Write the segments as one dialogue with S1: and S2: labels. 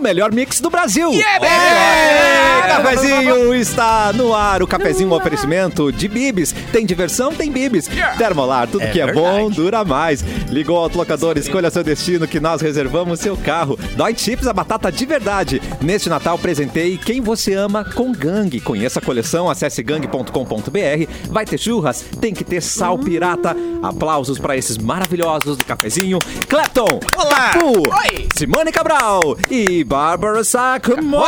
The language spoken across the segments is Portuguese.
S1: melhor mix do Brasil.
S2: Yeah, baby!
S1: Olha! Cafezinho está no ar. O cafezinho é um oferecimento de Bibis. Tem diversão, tem Bibis.
S2: Yeah.
S1: Termolar, tudo
S2: É
S1: que é
S2: verdade.
S1: bom dura mais. Ligou ao autolocador, escolha seu destino que nós reservamos seu carro. Dói Chips, a batata de verdade. Neste Natal, presentei quem você ama com Gang. Conheça a coleção, acesse gang.com.br. Vai ter churras, tem que ter sal pirata. Aplausos para esses maravilhosos do cafezinho. Clapton,
S2: Olá.
S1: Capu,
S2: Oi.
S1: Simone Cabral e Bárbara
S3: É.
S4: Dá um
S1: Sacomole.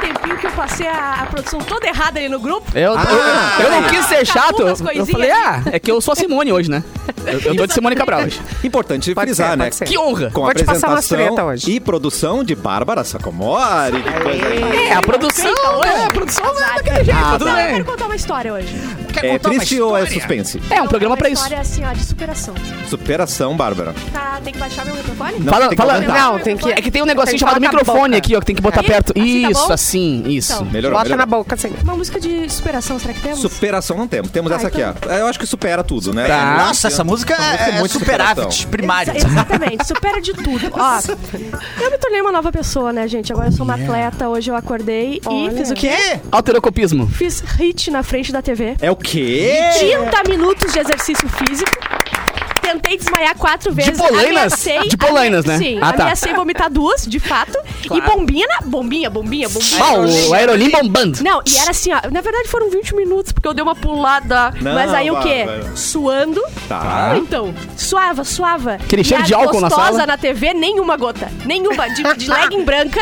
S4: tempinho que eu passei a, a produção toda errada ali no grupo.
S3: Eu,
S1: Ah,
S3: eu, eu não
S4: peraí.
S3: quis ser chato.
S4: Acabou as
S3: Eu
S4: Tá coisinhas.
S3: falei, ah, é que eu sou a Simone hoje, né? Eu, eu tô de Simone Cabral hoje.
S1: Importante
S5: Pode
S1: frisar,
S5: ser,
S1: né?
S5: pode ser.
S3: Que honra!
S1: Com a
S5: Vou te passar umas treta
S1: apresentação
S5: hoje.
S1: e produção de Bárbara Sacomore. Que coisa linda.
S3: É, a produção,
S4: Então,
S3: né? A produção é daquele jeito,
S4: Ah,
S3: mas tudo
S4: não, eu
S3: bem.
S4: quero contar uma história hoje.
S1: É triste ou é suspense?
S3: É um programa
S4: Uma
S3: pra isso.
S4: então, história assim, ó, de superação.
S1: Superação, Bárbara.
S4: Tá, tem que baixar meu microfone?
S1: Não,
S3: Fala-
S1: tem que
S3: fala-
S1: aumentar.
S5: Não, tem que.
S3: É que tem um negocinho
S5: Tem que
S4: Então,
S3: chamado
S5: botar na
S3: microfone
S5: boca.
S3: aqui, ó, que tem que botar
S4: É.
S3: perto.
S4: tá Assim tá
S3: Isso,
S4: bom?
S3: assim, isso.
S4: Então.
S1: Melhorou,
S5: Bota na
S1: melhorou.
S5: boca assim.
S4: Uma música de superação, será que temos?
S1: Superação não temos. Temos
S4: Ah,
S1: essa aqui, ó. Eu acho que supera tudo, né?
S3: Tá.
S2: Nossa, essa música é,
S1: é muito
S2: superávit
S4: Então.
S1: superação.
S2: primário.
S4: Exa- Exatamente, supera de tudo. Ó, eu me tornei uma nova pessoa, né, gente? Agora eu sou uma atleta, hoje eu acordei e fiz o quê?
S2: quê?
S3: Alterocopismo.
S4: Fiz hit na frente da TV.
S1: É o quê?
S4: 30 minutos de exercício físico. Tentei desmaiar quatro vezes.
S3: polainas?
S4: Ameacei,
S3: De polainas, né?
S4: Sim,
S3: Ah, tá.
S4: ameacei vomitar duas, de fato. E bombinha na... Bombinha, bombinha, bombinha.
S3: Ah, o aerolim bombando.
S4: Não, e era assim, ó. Na verdade foram 20 minutos, porque eu dei uma pulada.
S1: Não,
S4: mas aí o quê?
S1: Bárbara.
S4: Suando.
S1: Tá.
S4: Ah, Então, suava, suava.
S3: Aquele
S4: E
S3: cheiro
S4: a
S3: de álcool na
S4: gostosa
S3: sala.
S4: na TV, nenhuma gota. Nenhuma. De, de legging branca,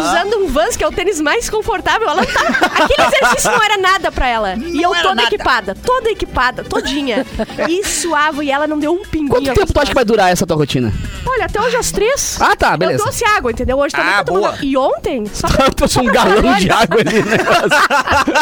S4: usando um Vans, que é o tênis mais confortável. Ela tá. Aquele exercício não era nada pra ela. e eu
S2: era
S4: toda
S2: nada.
S4: equipada, toda equipada, todinha. E suava, e ela não deu um pinguinho.
S3: Quanto tempo tu acha que vai durar essa tua rotina?
S4: Olha, até hoje às três.
S3: Ah, tá, beleza.
S4: Eu trouxe água, entendeu? Hoje também
S2: Ah,
S4: tô tomando-
S2: boa.
S4: E ontem, só pra
S3: Eu trouxe um galão de água ali, né?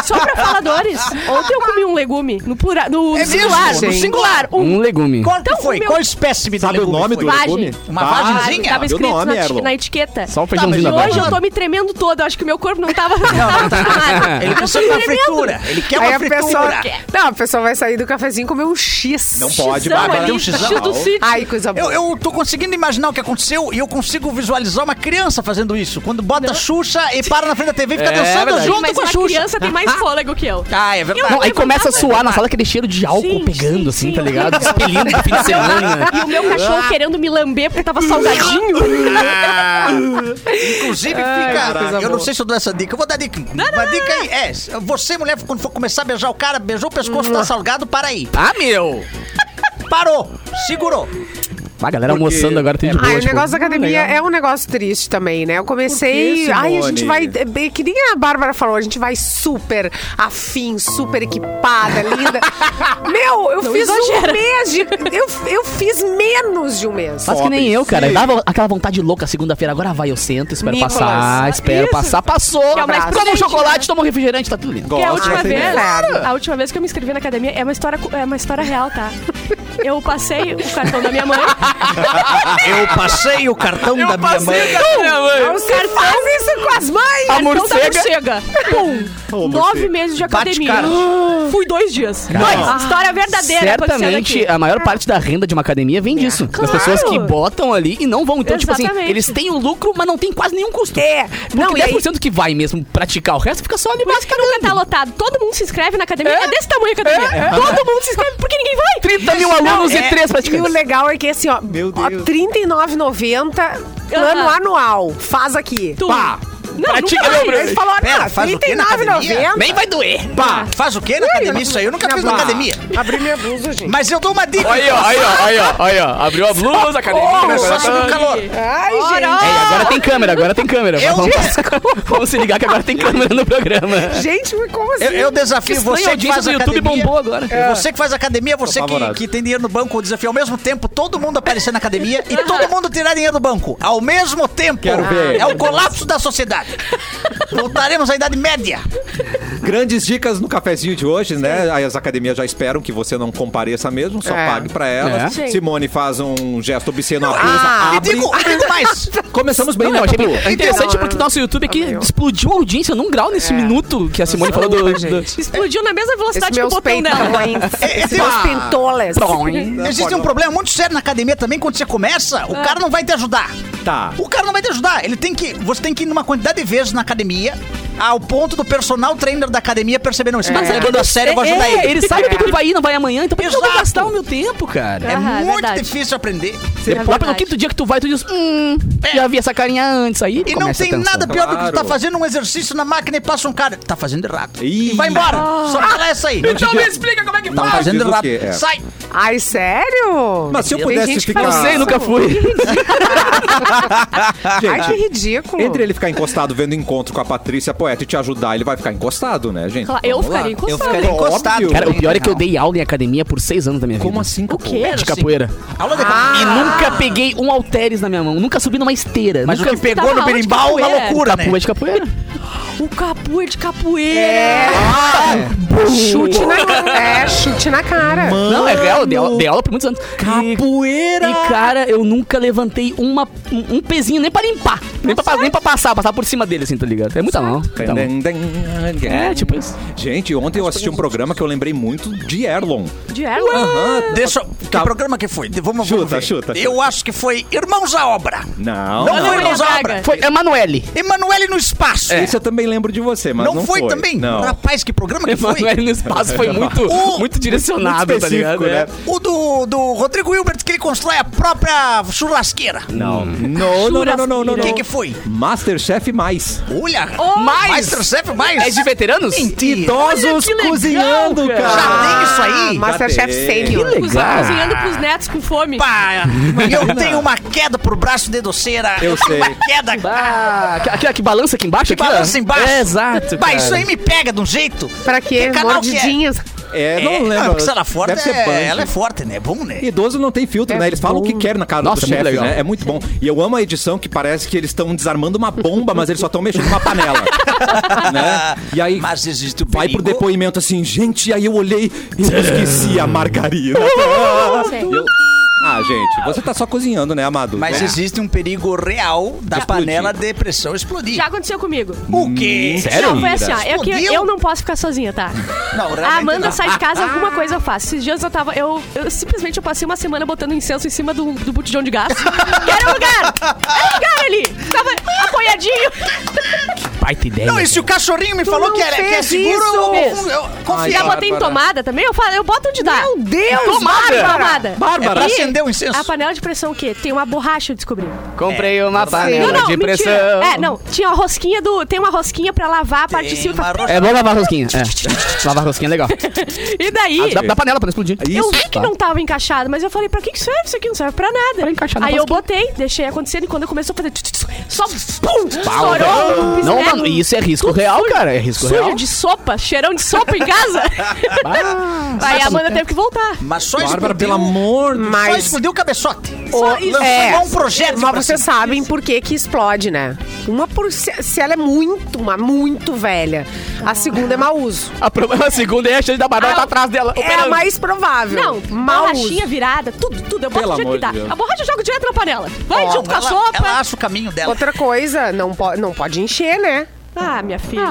S4: Só pra faladores. Ontem eu comi um legume. No, plura, no
S2: É mesmo,
S4: singular. no
S2: gente?
S4: singular. Um.
S3: Um legume.
S2: Qual
S4: Então,
S2: que foi?
S4: o meu-
S2: Qual espécime de
S1: Sabe o
S2: legume
S1: nome
S2: foi?
S1: do
S4: Vagem.
S1: legume?
S2: Uma
S1: Tá.
S2: vagenzinha?
S4: Ah, Tava
S1: Sabe o
S4: escrito
S1: nome,
S4: na, eti-
S1: Erlon?
S4: na etiqueta.
S3: Só um feijãozinho
S2: Tá,
S3: da
S2: mas tá.
S4: Hoje
S3: barra.
S4: eu tô me tremendo toda. Eu acho que meu corpo não tava.
S2: Ah, Ele
S4: Eu
S2: precisa
S4: tô
S2: de
S4: me
S2: uma fritura. Ele quer
S5: Aí
S2: uma
S5: a pessoa.
S2: fritura.
S5: Não, a pessoa vai sair do cafezinho e comer um X.
S1: Não é pode,
S4: Xizão
S1: Bárbara.
S4: ali,
S2: um xizão.
S4: xixi do sítio.
S5: Ai, coisa boa.
S2: Eu, eu tô conseguindo imaginar o que aconteceu e eu consigo visualizar uma criança fazendo isso. Quando bota Xuxa e para na frente da TV e fica
S3: É
S2: dançando
S3: verdade.
S2: junto
S4: Mas
S2: com a
S4: uma
S2: Xuxa.
S4: criança tem mais fôlego que eu.
S2: Ah, é verdade.
S3: Não, aí começa a suar na sala aquele cheiro de álcool
S4: Sim,
S3: pegando,
S4: sim,
S3: assim,
S4: sim.
S3: tá ligado? Expelindo do fim de semana.
S4: E o meu cachorro querendo me lamber porque tava salgadinho.
S2: Ah, Inclusive, fica.
S5: coisa
S2: eu não
S5: boa.
S2: sei se eu dou essa dica. Eu vou dar dica. Uma dica aí é: você, mulher, quando for começar a beijar o cara, beijou o pescoço, tá salgado, para aí.
S3: Ah, meu!
S2: Parou, segurou.
S3: Ah, A galera almoçando agora, tem de boa.
S5: Ai, Ah, o
S3: tipo,
S5: negócio da academia
S3: legal.
S5: é um negócio triste também, né? Eu comecei.
S1: Por quê,
S5: ai, a gente vai. é,
S1: Simone?
S5: bem, Que nem a Bárbara falou, a gente vai super afim, super equipada, linda. Meu, eu
S4: Não
S5: fiz
S4: exagera.
S5: um mês de. Eu, eu fiz menos de um mês.
S3: Faz que nem
S1: Pobre,
S3: eu, cara.
S1: sim.
S3: Dava aquela vontade louca segunda-feira. Agora vai, eu sento, espero
S5: Nicolas.
S3: passar, espero
S4: Isso.
S3: passar. Passou.
S4: Que é o mais
S3: toma um
S4: prudente,
S3: chocolate,
S4: né?
S3: toma um refrigerante, tá tudo lindo.
S4: Que é a
S1: Gosto,
S4: última
S1: essa
S4: vez.
S1: ideia.
S5: Claro.
S4: A última vez que eu me inscrevi na academia é uma história, co- é uma história real, tá? Eu passei o cartão da minha mãe.
S2: Ah, Eu passei o cartão da minha mãe.
S5: Não se faz isso com as mães!
S3: A
S4: Cartão da
S3: morcega.
S4: morcega. Pum.
S1: Ô,
S4: Nove
S1: morcega.
S4: meses de
S2: Bate
S4: academia.
S2: cara.
S4: Fui dois dias. Dois. História verdadeira acontecendo
S3: Certamente,
S4: aqui. É,
S3: a maior parte da renda de uma academia vem disso.
S4: Claro.
S3: Das pessoas que botam ali e não vão. Então, tipo assim,
S4: Exatamente.
S3: eles têm o lucro, mas não tem quase nenhum custo.
S5: É,
S3: Não,
S5: não, e aí-
S3: 10% que vai mesmo praticar, o resto fica só ali
S4: Por isso que nunca tá lotado. Todo mundo se inscreve na academia. É, desse tamanho a academia. Todo mundo se inscreve porque ninguém vai.
S3: 30 mil alunos
S5: Não, é,
S3: e 3
S5: E o
S3: praticantes.
S5: legal é que assim, ó,
S1: Meu
S5: ó,
S1: Deus.
S5: 39,90 plano
S4: Aham.
S5: anual. Faz aqui.
S4: Tu.
S3: Pá.
S4: Não,
S3: Pratica,
S4: nunca
S3: meu
S4: vai.
S3: Bruno.
S5: Ele falou,
S2: Pera,
S5: ah,
S2: faz o quê na academia?
S5: 39,90.
S3: Nem vai doer.
S2: Pá, faz o quê na academia? Isso aí eu nunca fiz na
S5: Bah.
S2: academia.
S5: Abri minha blusa, gente.
S2: Mas eu dou uma dica.
S3: Aí, ó, aí, ó, aí, ó, aí, ó. Abriu a blusa, academia. né?
S2: Só se no calor.
S5: Ai,
S4: Ora,
S3: É, agora tem câmera, agora tem câmera.
S2: Eu
S3: vamos, vamos se ligar que agora tem câmera no programa.
S5: gente. Gente, mas como assim?
S2: Eu, eu desafio
S3: a
S2: você que
S3: audiência
S2: faz
S3: do YouTube
S2: academia. É.
S3: bombou agora.
S1: É.
S2: Você que faz academia, você
S1: Tô
S2: que,
S1: apavorado.
S2: que tem dinheiro no banco, o desafio é ao mesmo tempo todo mundo aparecer na academia e todo mundo tirar dinheiro do banco. Ao mesmo tempo.
S1: Quero ver.
S2: É o colapso da sociedade. Voltaremos à Idade Média.
S1: Grandes dicas no cafezinho de hoje, né? Aí As academias já esperam que você não compareça mesmo, só
S5: É.
S1: pague pra elas.
S4: É.
S1: Simone faz um gesto obsceno, a blusa
S5: Ah,
S2: E
S1: abre.
S2: digo, e digo mais.
S1: Começamos bem,
S3: Não, não,
S1: né,
S3: achei
S1: Babu?
S3: bem- é interessante
S5: Não,
S3: porque
S5: não.
S3: nosso YouTube aqui
S5: Não, eu-
S3: explodiu a audiência num grau nesse
S5: É.
S3: minuto que a Simone falou do. do...
S4: Explodiu na mesma
S5: Esses
S4: velocidade que o
S5: meus
S4: botão tá dela.
S5: peitões, esses
S2: Esse-
S5: meus
S2: Ah.
S5: pentolas.
S3: Pronto. Ah.
S2: Existe um problema muito sério na academia também, quando você começa, o cara não vai te ajudar.
S1: Tá.
S2: O cara não vai te ajudar. Ele tem que. Você tem que ir numa quantidade de vezes na academia. Ao ponto do personal trainer da academia perceber, não, esse cara tá levando a sério, eu vou ajudar
S3: É,
S2: ele.
S3: ele sabe que tu vai ir, não vai amanhã, então por que eu vou
S2: Exato.
S3: gastar o meu tempo, cara?
S2: É
S4: Ah,
S2: muito
S4: verdade.
S2: difícil aprender.
S3: Lá pelo
S4: verdade.
S3: quinto dia que tu vai, tu diz, hum, já vi essa carinha antes aí.
S2: E não
S3: começa a
S2: tem
S3: tensão.
S2: nada pior do que tu tá
S1: Claro.
S2: fazendo um exercício na máquina e passa um cara. Tá fazendo errado. E
S1: Ih. Ah.
S2: vai embora. Só fala essa aí.
S1: Então me
S2: explica como é que Tá
S1: faz.
S2: fazendo
S1: Diz o
S2: errado.
S1: quê? É.
S2: Sai.
S5: Ai, sério?
S1: Mas se eu
S5: Tem
S1: pudesse
S5: gente que
S1: ficar-
S5: faz
S1: Eu
S3: Não sei,
S5: isso.
S3: nunca fui.
S5: Ai, que
S1: Gente,
S5: ridículo.
S1: entre ele ficar encostado vendo encontro com a Patrícia Poeta e te ajudar, ele vai ficar encostado, né, gente?
S4: Claro, eu
S1: Vamos lá.
S4: ficaria encostado.
S2: ficaria
S1: Óbvio.
S2: encostado.
S3: Cara, o
S2: também,
S3: pior é
S2: né,
S3: que eu
S2: Raul?
S3: dei aula em academia por seis anos da minha vida.
S1: Como assim?
S4: O
S1: Capu?
S4: quê?
S3: De capoeira.
S2: Aula de
S1: Ah.
S3: E
S2: academia.
S1: Tá
S3: nunca peguei um halteres na minha mão. Nunca subi numa esteira.
S2: Mas o
S3: nunca
S2: que pegou
S4: tava
S2: no
S1: tá
S4: aula de
S2: berimbau é uma
S4: capoeira.
S2: loucura, né?
S3: Capoeira de capoeira.
S4: O capu é de capoeira.
S5: Chute na cara. É, chute na cara.
S3: Não, é real. eu Dei aula, dei aula por muitos anos. E-
S1: Capoeira!
S3: E, cara, eu nunca levantei uma, um, um pezinho nem pra limpar. Nem pra, nem pra passar, passar por cima dele, assim, tá ligado? É muita mão. muita mão. É, tipo isso.
S1: Então. Gente, ontem eu assisti um programa que eu lembrei muito de Erlon.
S4: De erva.
S3: Ah.
S1: Aham.
S2: Deixa. Que
S1: Tá.
S2: programa que foi? De- Vamos,
S1: Chuta,
S2: vamos ver.
S1: chuta, chuta.
S2: Eu acho que foi Irmãos à Obra.
S1: Não,
S2: Não,
S1: não.
S2: foi Irmãos à Obra.
S4: Braga.
S3: Foi é Emanuele.
S2: Emanuele no Espaço.
S1: Esse eu também lembro de você, É, mas
S2: É. Não,
S1: não,
S2: foi, também?
S1: Não.
S2: Rapaz, que programa que foi? né?
S3: Emanuele no espaço foi muito,
S2: O-
S3: muito direcionado,
S1: Muito
S3: tá ligado?
S1: específico,
S3: É.
S1: né?
S2: O do, do Rodrigo Hilbert, que ele constrói a própria churrasqueira.
S1: Não. Não, não, não, não, não, não.
S2: O que, é que foi?
S1: Masterchef mais.
S2: Olha!
S4: Oh,
S3: Mas-
S2: Masterchef mais!
S3: É de veteranos?
S2: Mentira.
S3: Idosos
S4: Olha que legal,
S3: cozinhando,
S4: cara.
S3: cara.
S1: Ah,
S2: Já tem isso aí?
S5: Ah, Masterchef
S1: Já tem.
S5: sênior.
S3: Que legal.
S4: Cozinhando pros netos com fome.
S2: Pá, eu tenho uma queda pro braço de doceira.
S1: Eu
S2: tenho
S1: sei.
S2: Uma queda.
S3: Ah, que, que, que balança aqui embaixo?
S2: Que
S3: aqui, ó.
S2: balança embaixo.
S3: É, exato.
S2: Pá,
S3: cara.
S2: isso aí me pega de um jeito.
S5: Pra quê?
S2: Que canal que é?
S5: Mordidinhas.
S1: É,
S2: É,
S1: não lembro.
S2: porque se ela é forte,
S1: Deve ser
S2: é-
S1: Band.
S2: ela é forte, né? É bom, né?
S1: Idoso não tem filtro,
S5: É
S1: né? Eles falam o que
S5: bom.
S1: querem na cara
S3: Nossa,
S1: do
S3: é muito
S1: chefe,
S3: legal.
S1: né? É muito bom. E eu amo a edição que parece que eles estão desarmando uma bomba, mas eles só estão mexendo uma panela. né? E aí
S2: Mas existe o
S1: vai pro
S2: perigo.
S1: depoimento assim, gente, aí eu olhei e eu esqueci a margarina. E eu- Ah, gente, você tá só cozinhando, né, amado?
S2: Mas
S1: É.
S2: existe um perigo real da panela de pressão explodir.
S4: Já aconteceu comigo.
S2: O quê?
S1: Hum, Sério?
S4: Não, foi assim, ó. É que
S2: Explodiu?
S4: eu não posso ficar sozinha, tá?
S2: Não,
S4: A
S2: realmente
S4: Amanda
S2: não.
S4: sai de casa, alguma coisa eu faço. Esses dias eu tava. Eu, eu simplesmente eu passei uma semana botando incenso em cima do, do botijão de gás. Que era um lugar! Era um lugar ali! Ficava apoiadinho.
S3: Baita ideia.
S2: Não, e se o cachorrinho me falou
S5: não
S2: que é, que é
S5: fez
S2: seguro,
S5: isso.
S2: eu, eu,
S4: Fez.
S2: eu
S4: Já
S2: confiava.
S4: botei em tomada também, eu falo, eu boto onde dá. Meu
S5: Deus,
S4: tomada!
S5: Bárbara!
S4: tomada.
S2: É pra
S3: Bárbara,
S2: acender o incenso.
S4: A panela de pressão o quê? Tem uma borracha, eu descobri.
S3: comprei uma
S4: Não,
S3: panela
S4: não,
S3: de
S4: mentira.
S3: pressão.
S4: É, não, tinha a rosquinha do. Tem uma rosquinha pra lavar a parte de
S2: Tem
S4: cima. tá
S2: uma roxa-
S3: É bom lavar a rosquinha. É. Lavar a rosquinha é legal.
S4: E daí.
S3: Dá, dá panela pra não explodir.
S4: eu vi que não tava encaixado, mas eu falei, pra que que serve isso aqui? Não serve pra nada.
S3: Pra encaixar na
S4: Aí eu
S3: rosquinha.
S4: botei, deixei acontecendo, e quando eu começou a fazer... tch, tch, tch, Só... Pum!
S3: Pau,
S4: estourou!
S3: velho.
S4: um
S3: Não,
S4: piseiro,
S3: mano, isso é risco
S4: tudo
S3: real,
S4: sujo,
S3: cara. É risco
S4: sujo
S3: real.
S4: de sopa, cheirão de sopa em casa.
S3: Ah.
S4: Aí a Amanda teve que voltar.
S2: Mas só
S1: Bárbara,
S2: explodiu-
S1: pelo amor de
S2: Só
S5: Mas
S2: explodiu o cabeçote.
S5: Ô,
S2: isso.
S5: é,
S2: Lançou um projeto pra
S5: Mas vocês sabem por que que explode, né? Uma por se, se ela é muito, uma muito velha. A segunda é mau uso.
S3: A, pro- a segunda é a chance da Bárbara tá atrás dela.
S5: É a mais provável.
S4: Não,
S5: mau uso.
S4: borrachinha virada, tudo, tudo. Eu boto
S1: Pelo
S4: do jeito que
S1: amor
S4: dá.
S1: de Deus.
S4: A borracha eu jogo direto na panela. Vai
S2: Ó,
S4: junto com a
S2: ela-
S4: sopa.
S2: Ela acha o caminho dela.
S5: Outra coisa, não, po não pode encher, né?
S4: Ah, minha filha.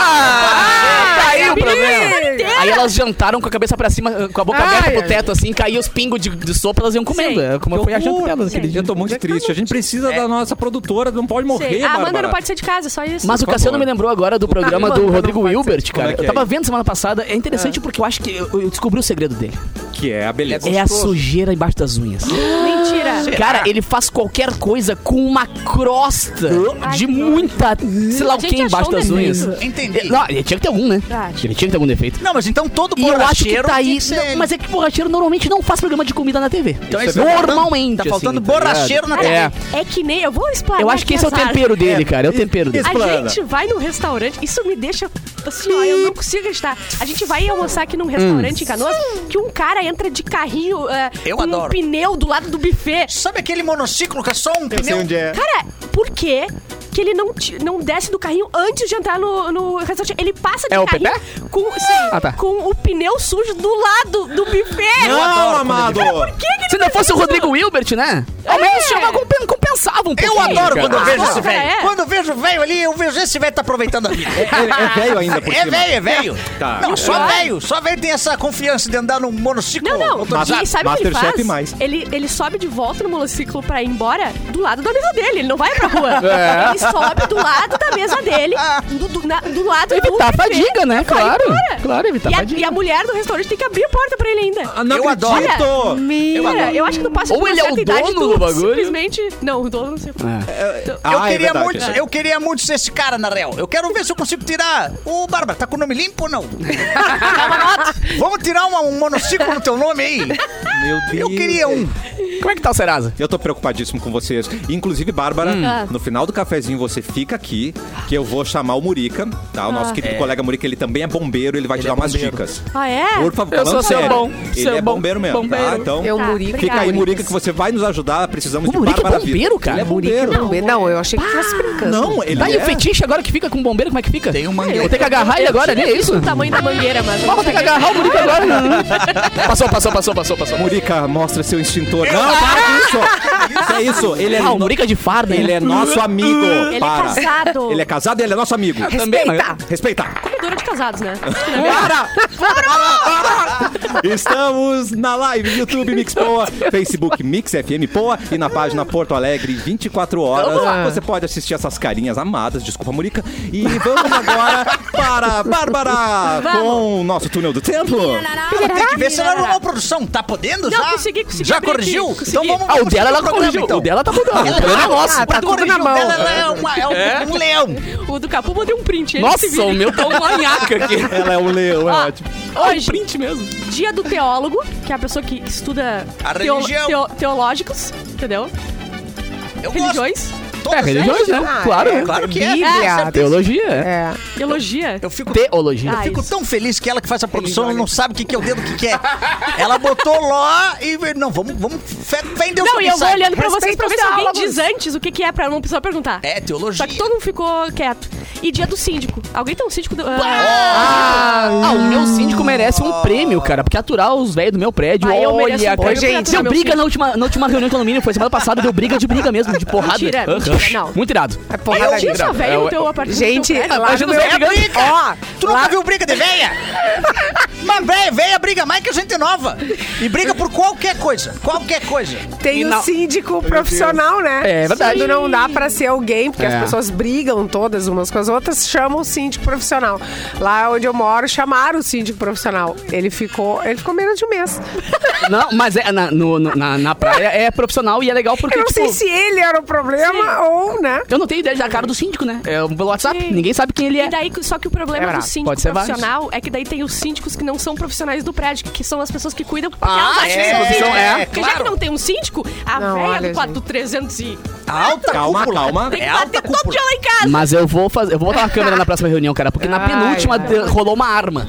S3: Ah, caiu o problema.
S4: inteira.
S3: Aí elas jantaram com a cabeça pra cima, com a boca
S5: Ai,
S3: aberta
S5: ai.
S3: pro teto, assim, caiu os pingos de, de sopa, elas iam comendo.
S4: Sim.
S3: É Como foi a janta delas aquele
S1: Eu
S3: dia.
S1: tô muito triste. A gente precisa da nossa produtora, não pode
S4: Sei.
S1: morrer,
S4: a Amanda
S1: Bárbara.
S4: não pode ser de casa, só isso.
S3: Mas o
S1: Por
S3: Cassiano
S1: favor.
S3: me lembrou agora do programa
S5: Amanda
S3: do
S5: não
S3: Rodrigo
S5: pode ser.
S3: Hilbert,
S1: Como
S3: cara.
S1: é que
S3: eu
S1: é
S3: tava
S1: isso?
S3: vendo semana passada. É interessante porque eu acho que eu, eu descobri o segredo dele.
S1: Que é a beleza.
S3: É a sujeira embaixo das unhas.
S4: Mentira.
S3: Cara, ele faz qualquer coisa com uma crosta
S4: Ai,
S3: de
S4: que
S3: muita, sei lá o
S4: A gente
S3: que, embaixo
S4: achou um
S3: das unhas.
S4: defeito. Tá.
S2: Entendi.
S3: Não, ele tinha que ter algum, né?
S4: Acho.
S3: Ele tinha que ter algum defeito.
S2: Não, mas então todo
S3: E eu acho que
S2: borracheiro
S3: tá
S2: tem
S3: aí.
S2: que ser
S3: não,
S2: ele.
S3: mas é que borracheiro normalmente não faz programa de comida na TV.
S2: Então isso é verdade.
S3: normalmente.
S2: Tá faltando
S3: um assim, ligado?
S2: borracheiro na TV.
S3: É.
S4: É que nem. Eu vou explanar.
S3: Eu acho
S4: aqui
S3: que esse é o
S4: as áreas.
S3: tempero dele, cara. É o tempero dele.
S4: A
S1: Explana.
S4: gente vai num restaurante, isso me deixa assim, ó, eu não consigo acreditar. A gente vai almoçar aqui num
S3: Hum.
S4: restaurante em Canoas que um cara entra de carrinho é,
S2: Eu
S4: com um
S2: adoro.
S4: pneu do lado do buffet.
S2: Sabe aquele monociclo que é só um pneu?
S1: é.
S4: Cara, por quê? Que ele não, ti- não desce do carrinho antes de entrar no, no restaurante. Ele passa de
S3: É o
S4: carrinho com, sim,
S3: Ah, tá.
S4: com o pneu sujo do lado do buffet.
S1: Não, amado!
S4: Por que que ele
S3: Você ainda fosse o Rodrigo Wilbert, né? Ao menos
S4: É.
S3: chama compen- compensava um pouquinho.
S2: Eu adoro
S3: cara.
S2: quando eu
S4: Ah,
S2: vejo
S4: não,
S2: esse velho.
S4: é.
S2: Quando eu vejo o velho ali, eu vejo esse velho tá aproveitando a vida.
S1: É, é velho ainda por
S2: É
S1: cima.
S2: velho, é velho.
S1: Tá.
S2: Não, só
S4: Pior.
S2: velho. Só velho tem essa confiança de andar num monociclo.
S4: Não, não.
S1: Master-
S4: e sabe o que ele
S1: Masterchef
S4: faz?
S1: mais.
S4: Ele, ele sobe de volta no monociclo pra ir embora do lado da mesa dele. Ele não vai pra rua.
S3: É.
S4: Ele sobe do lado da mesa dele. Do, do, na- do lado do
S3: Ah, Evitar a
S4: buffet,
S3: fadiga, né?
S4: pra ir
S3: Claro.
S4: embora.
S3: Claro, evitar
S4: e a,
S3: fadiga.
S4: e a mulher do restaurante tem que abrir a porta pra ele ainda.
S1: Ah, não
S2: Eu
S1: acredito!
S4: Mentira, eu acho que não passa
S3: Ou ele é o dono do bagulho.
S4: Simplesmente. Não, o dono não sei.
S3: É.
S2: Eu,
S1: Ah, é
S2: queria
S1: verdade.
S2: muito, eu queria muito ser esse cara, na real. Eu quero ver se eu consigo tirar. Ô, Bárbara, tá com o nome limpo ou não? Vamos tirar uma- um monociclo no teu nome aí?
S1: Meu Deus.
S2: Eu queria um.
S3: Como é que tá o Serasa?
S1: Eu tô preocupadíssimo com vocês. Inclusive, Bárbara,
S4: Ah.
S1: no final do cafezinho você fica aqui, que eu vou chamar o Murica, tá? O nosso querido colega Murica, ele também é bombeiro, ele vai te dar umas dicas.
S4: Ah, é?
S1: Por favor,
S3: Eu
S1: falando
S3: sou seu
S1: sério.
S3: bom,
S1: Ele
S3: seu
S1: é
S3: bom-
S1: bombeiro mesmo, tá?
S3: bombeiro.
S1: Então,
S5: Eu,
S4: Tá,
S5: Murica.
S4: obrigada.
S1: fica aí, Murica, que você vai nos ajudar. Precisamos
S3: O
S1: de
S3: Murica é
S1: Bárbara Vida.
S3: bombeiro, cara?
S1: Ele é bombeiro.
S5: Não, não, eu achei que fosse brincando.
S1: Não, ele
S3: Tá, e o
S1: é...
S3: fetiche agora que fica com o bombeiro, como é que fica?
S2: Tem um
S3: Eu vou
S2: mangueiro.
S3: ter que agarrar ele agora, ali, é isso?
S4: O tamanho da mangueira, mas.
S3: Vamos ter que agarrar o Murico agora. passou, passou, passou, passou, passou.
S1: Murica, mostra seu extintor. Não, para disso! Isso é isso. Ele é,
S3: Ah, o
S1: no-
S3: Murica de farda.
S1: ele é nosso amigo.
S4: Ele é
S1: para.
S4: casado.
S1: Ele é casado e ele é nosso amigo. né?
S3: Também, mas-
S5: Eita.
S1: Respeitar.
S4: comedora de casados, né?
S1: Estamos na live YouTube Mix Poa, Facebook Mix FM Poa e na página Porto Alegre 24 horas. Você pode assistir essas carinhas amadas, desculpa, Murica. E vamos agora para Bárbara
S4: Vamos.
S1: com o nosso túnel do tempo.
S2: Tem que ver se ela arrumou a produção. Tá podendo
S4: Não,
S2: já?
S4: consegui, consegui
S2: Já
S4: abrir aqui,
S2: corrigiu?
S4: consegui.
S2: Então vamos
S3: Ah, o dela ela
S2: vamos pro
S3: corrigiu.
S2: programa, então.
S3: O dela tá mudando. O problema é nosso.
S5: Ah, tá
S2: Tá
S5: tudo
S2: corrigiu.
S5: na mão.
S2: O dela ela é, uma- é um, um leão.
S4: O do Capu mandei um print. ele se
S3: Nossa,
S4: vira. É
S3: o meu tá uma nhaca aqui.
S1: Ela é um leão, é
S4: Ah, Ó,
S1: ótimo.
S4: Hoje,
S3: um Print mesmo.
S4: dia do teólogo, que é a pessoa que estuda
S2: A religião.
S4: teológicos, entendeu?
S2: Eu gosto.
S4: Religiões,
S2: Todas
S3: É, religiões, né?
S5: Ah,
S3: Claro.
S5: é,
S2: Claro que é.
S5: Bíblia.
S3: Teologia, é.
S5: É.
S4: elogia.
S2: Eu fico
S3: Teologia.
S4: Ah,
S2: Fico
S4: isso.
S2: tão feliz que ela que faz a produção ela não sabe o que, que é o dedo que, que é. Ela botou ló e. Não, vamos. vamos fé, fé em Deus
S4: Não,
S2: que
S4: e eu vou
S2: sabe.
S4: olhando pra vocês
S5: Respeita
S4: pra ver
S5: os
S4: se alguém
S5: teólogos.
S4: diz antes o que, que é pra não precisar perguntar.
S2: É, teologia.
S4: Só que todo mundo ficou quieto. E dia do síndico. Alguém tem um síndico? do- ah,
S3: Ah, o meu síndico merece um prêmio, cara, porque aturar os velhos do meu prédio.
S4: Vai, eu mereço um
S3: olha, cara.
S4: prêmio pra
S3: gente,
S4: aturar
S3: deu
S4: meu
S3: briga
S4: filho.
S3: na última, na última reunião do condomínio, foi semana passada, deu briga de briga mesmo, de porrada.
S4: Mentira,
S3: Aham.
S4: mentira, não.
S3: Muito irado.
S5: É porrada
S2: Eu-
S4: Tinha
S5: livre.
S4: só velho então, no
S3: É,
S4: teu apartamento.
S5: Gente,
S4: no teu prédio?
S5: lá
S3: Imagina
S5: no
S3: os
S5: meu...
S3: velhos brigando.
S5: Ó,
S2: Tu nunca viu briga de veia? Mas véia, véia briga mais que gente nova. E briga por qualquer coisa. Qualquer coisa.
S5: tem
S3: E
S5: o
S3: não-
S5: síndico profissional, né?
S3: É verdade.
S5: Quando não dá pra ser alguém, porque
S3: É.
S5: as pessoas brigam todas umas com as outras, chamam o síndico profissional. Lá onde eu moro, chamaram o síndico profissional. Ele ficou, ele ficou menos de um mês.
S3: Não, mas é, na, no- no- na, na praia é profissional e é legal porque,
S5: Eu não
S3: tipo.
S5: sei se ele era o problema ou, né?
S3: Eu não tenho ideia da cara do síndico, né? É pelo WhatsApp.
S4: Sim. Então,
S3: Ninguém sabe quem ele
S4: E
S3: é.
S4: daí, só que o
S5: É
S4: problema do
S5: brabo.
S4: síndico
S3: Pode ser vários.
S4: profissional é que daí tem os síndicos que não são profissionais do prédio, que são as pessoas que cuidam porque
S3: Ah,
S4: elas acham
S3: é,
S4: que são
S3: profissão,
S4: síndico.
S3: é,
S4: Porque já
S2: claro.
S4: que não tem um síndico, a
S5: Não,
S4: velha
S5: olha,
S4: do quarto
S5: gente.
S4: do 300 e...
S2: Alta
S1: Calma,
S2: cúpula.
S1: calma.
S4: Tem
S2: É
S4: que bater
S2: alta
S4: todo
S2: cúpula.
S4: dia lá em casa.
S3: Mas eu vou fazer, eu vou botar uma câmera na próxima reunião, cara, porque na
S5: Ai,
S3: penúltima
S5: ai.
S3: de- rolou uma arma.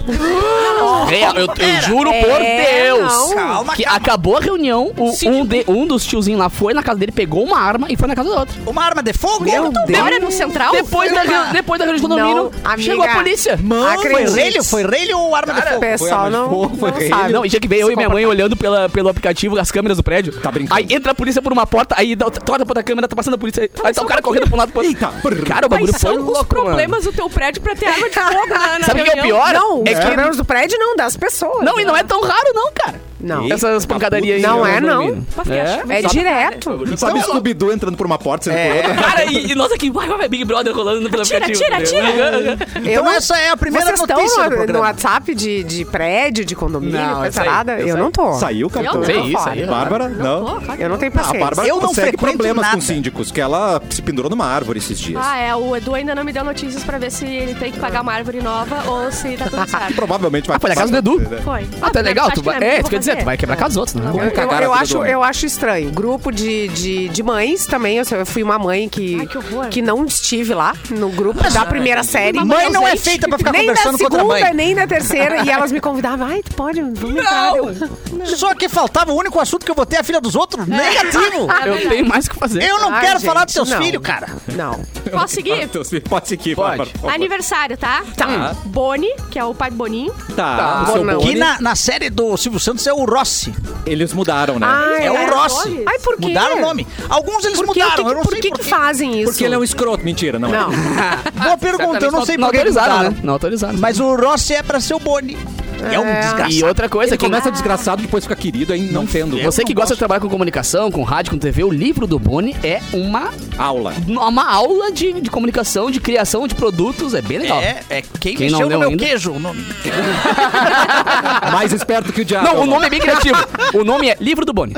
S3: Real, eu, eu juro por
S5: É,
S3: Deus.
S5: não.
S2: Calma,
S3: que
S2: calma.
S3: acabou a reunião, o- um, de- um dos tiozinhos lá foi na casa dele, pegou uma arma e foi na casa do outro.
S2: Uma arma de fogo? Então,
S5: Meu Deus.
S4: Agora no central?
S3: Depois da, reu- depois da reunião de condomínio,
S5: Não, amiga.
S3: chegou a polícia.
S1: Mano,
S2: Foi
S5: Acredito.
S2: relho? Foi relho ou arma de
S5: O
S2: fogo?
S5: pessoal
S1: Foi, mas
S5: não,
S1: foi, foi
S5: não
S1: ele.
S5: sabe.
S3: Ah, Não, e tinha que ver eu e minha mãe olhando pela, pelo aplicativo, as câmeras do prédio.
S1: Tá brincando.
S3: Aí entra a polícia por uma porta, aí dá- toca pra outra câmera, tá passando a polícia. Aí, aí tá o cara correndo pra um lado pro outro.
S1: Eita, brrr.
S3: Cara, o bagulho
S4: Mas
S3: foi
S4: são os
S3: louco, mano.
S4: problemas do teu prédio pra ter arma de fogo na, na
S3: Sabe o que é o
S4: reunião?
S3: pior?
S5: né? Não,
S3: é
S5: os
S3: que
S5: problemas do prédio não, das pessoas.
S3: Não, e não
S5: né?
S3: é tão raro, não, cara.
S5: Não.
S3: Essas pancadarias aí.
S5: Não é,
S3: no
S5: não.
S3: condomínio.
S4: Pra ficar chato.
S5: É direto.
S1: Sabe Scooby-Doo entrando por uma porta, saindo por outra?
S3: Cara, e, e nós aqui, vai, vai, vai, Big Brother rolando né? pelo
S4: Tira,
S3: aplicativo.
S4: tira,
S3: Uhum.
S4: tira.
S2: Então essa é a primeira
S5: Vocês
S2: notícia do
S5: estão no, no
S2: programa.
S5: WhatsApp de, de prédio, de condomínio,
S3: Não, eu
S5: coisa
S3: saí,
S5: nada? Eu,
S3: eu saí.
S5: não tô.
S1: Saiu o cartão.
S4: não,
S3: Sei isso,
S5: fora.
S3: aí,
S1: é Bárbara, não. Ah,
S4: Pô, claro.
S5: Eu não
S2: Ah,
S5: tenho
S1: A
S5: paciência.
S1: Bárbara
S2: Eu não
S1: consegue
S2: frequento
S1: problemas
S2: nada.
S1: com síndicos, que ela se pendurou numa árvore esses dias.
S4: Ah, é, o Edu ainda não me deu notícias pra ver se ele tem que pagar uma árvore nova ou se tá tudo certo.
S1: Provavelmente vai
S3: Ah, foi na casa do Edu.
S4: Foi.
S3: Ah, tá legal. Tu
S4: Acho que
S3: vai,
S4: não,
S3: é,
S4: vou
S3: tu quer dizer,
S4: fazer.
S3: tu vai quebrar com as outras, né?
S5: Eu, eu-
S1: cagar a
S5: eu
S1: vida do
S5: acho,
S1: homem.
S5: eu acho estranho. Grupo de, de, de mães também. Eu, eu fui uma mãe que,
S4: Ai, que horror.
S5: que não estive lá no grupo da primeira série.
S4: Uma
S2: Mãe não é
S4: ausente.
S2: feita pra ficar
S5: nem da
S2: conversando com outra mãe.
S5: segunda, nem da terceira. e elas me convidavam. Ai, tu pode, vamos entrar. Eu-
S2: Só que faltava o único assunto que eu botei a filha dos outros. Negativo.
S4: é.
S3: Eu tenho mais o que fazer.
S2: Eu não
S5: É. Ai,
S2: quero
S5: gente,
S2: falar dos seus
S5: não.
S2: filhos, cara. É
S5: Não.
S4: Posso seguir?
S1: Pode né? seguir,
S3: Pode.
S1: Bárbara, por favor.
S4: Aniversário, tá?
S1: Tá.
S4: Boni, que é o pai do Boninho.
S1: Tá,
S5: Ah,
S3: Tá.
S1: o seu
S3: Não.
S1: Boni,
S2: Que na, na série do Silvio Santos é o Rossi.
S1: eles mudaram, né?
S5: Ai,
S2: É o
S5: ai,
S2: Rossi.
S5: Ai, por quê?
S2: Mudaram o nome. Alguns eles
S5: Por que,
S2: mudaram,
S5: que-
S2: eu não
S5: por
S2: sei
S5: que,
S2: por
S5: que
S2: quê.
S5: fazem isso?
S1: Porque ele é um escroto. Mentira, não.
S5: Não.
S1: é.
S2: Boa pergunta, eu não sei
S3: Não
S2: por que
S3: autorizaram,
S2: mudaram.
S3: né? Não autorizaram.
S2: Mas o Rossi é pra ser o Boni. É um
S5: É.
S2: desgraçado.
S3: E outra coisa,
S1: Ele
S3: que
S1: começa desgraçado, depois fica querido, aí não tendo.
S3: você que gosta de trabalhar com comunicação, com rádio, com TV, o livro do Boni é uma,
S1: Aula.
S3: uma aula de, de comunicação, de criação de produtos. É bem legal.
S2: É, é quem,
S3: Quem não
S2: mexeu
S3: leu
S2: no meu
S3: ainda?
S2: queijo. o nome.
S1: Mais esperto que o diabo.
S3: Não, o nome é bem criativo. o nome é Livro do Boni.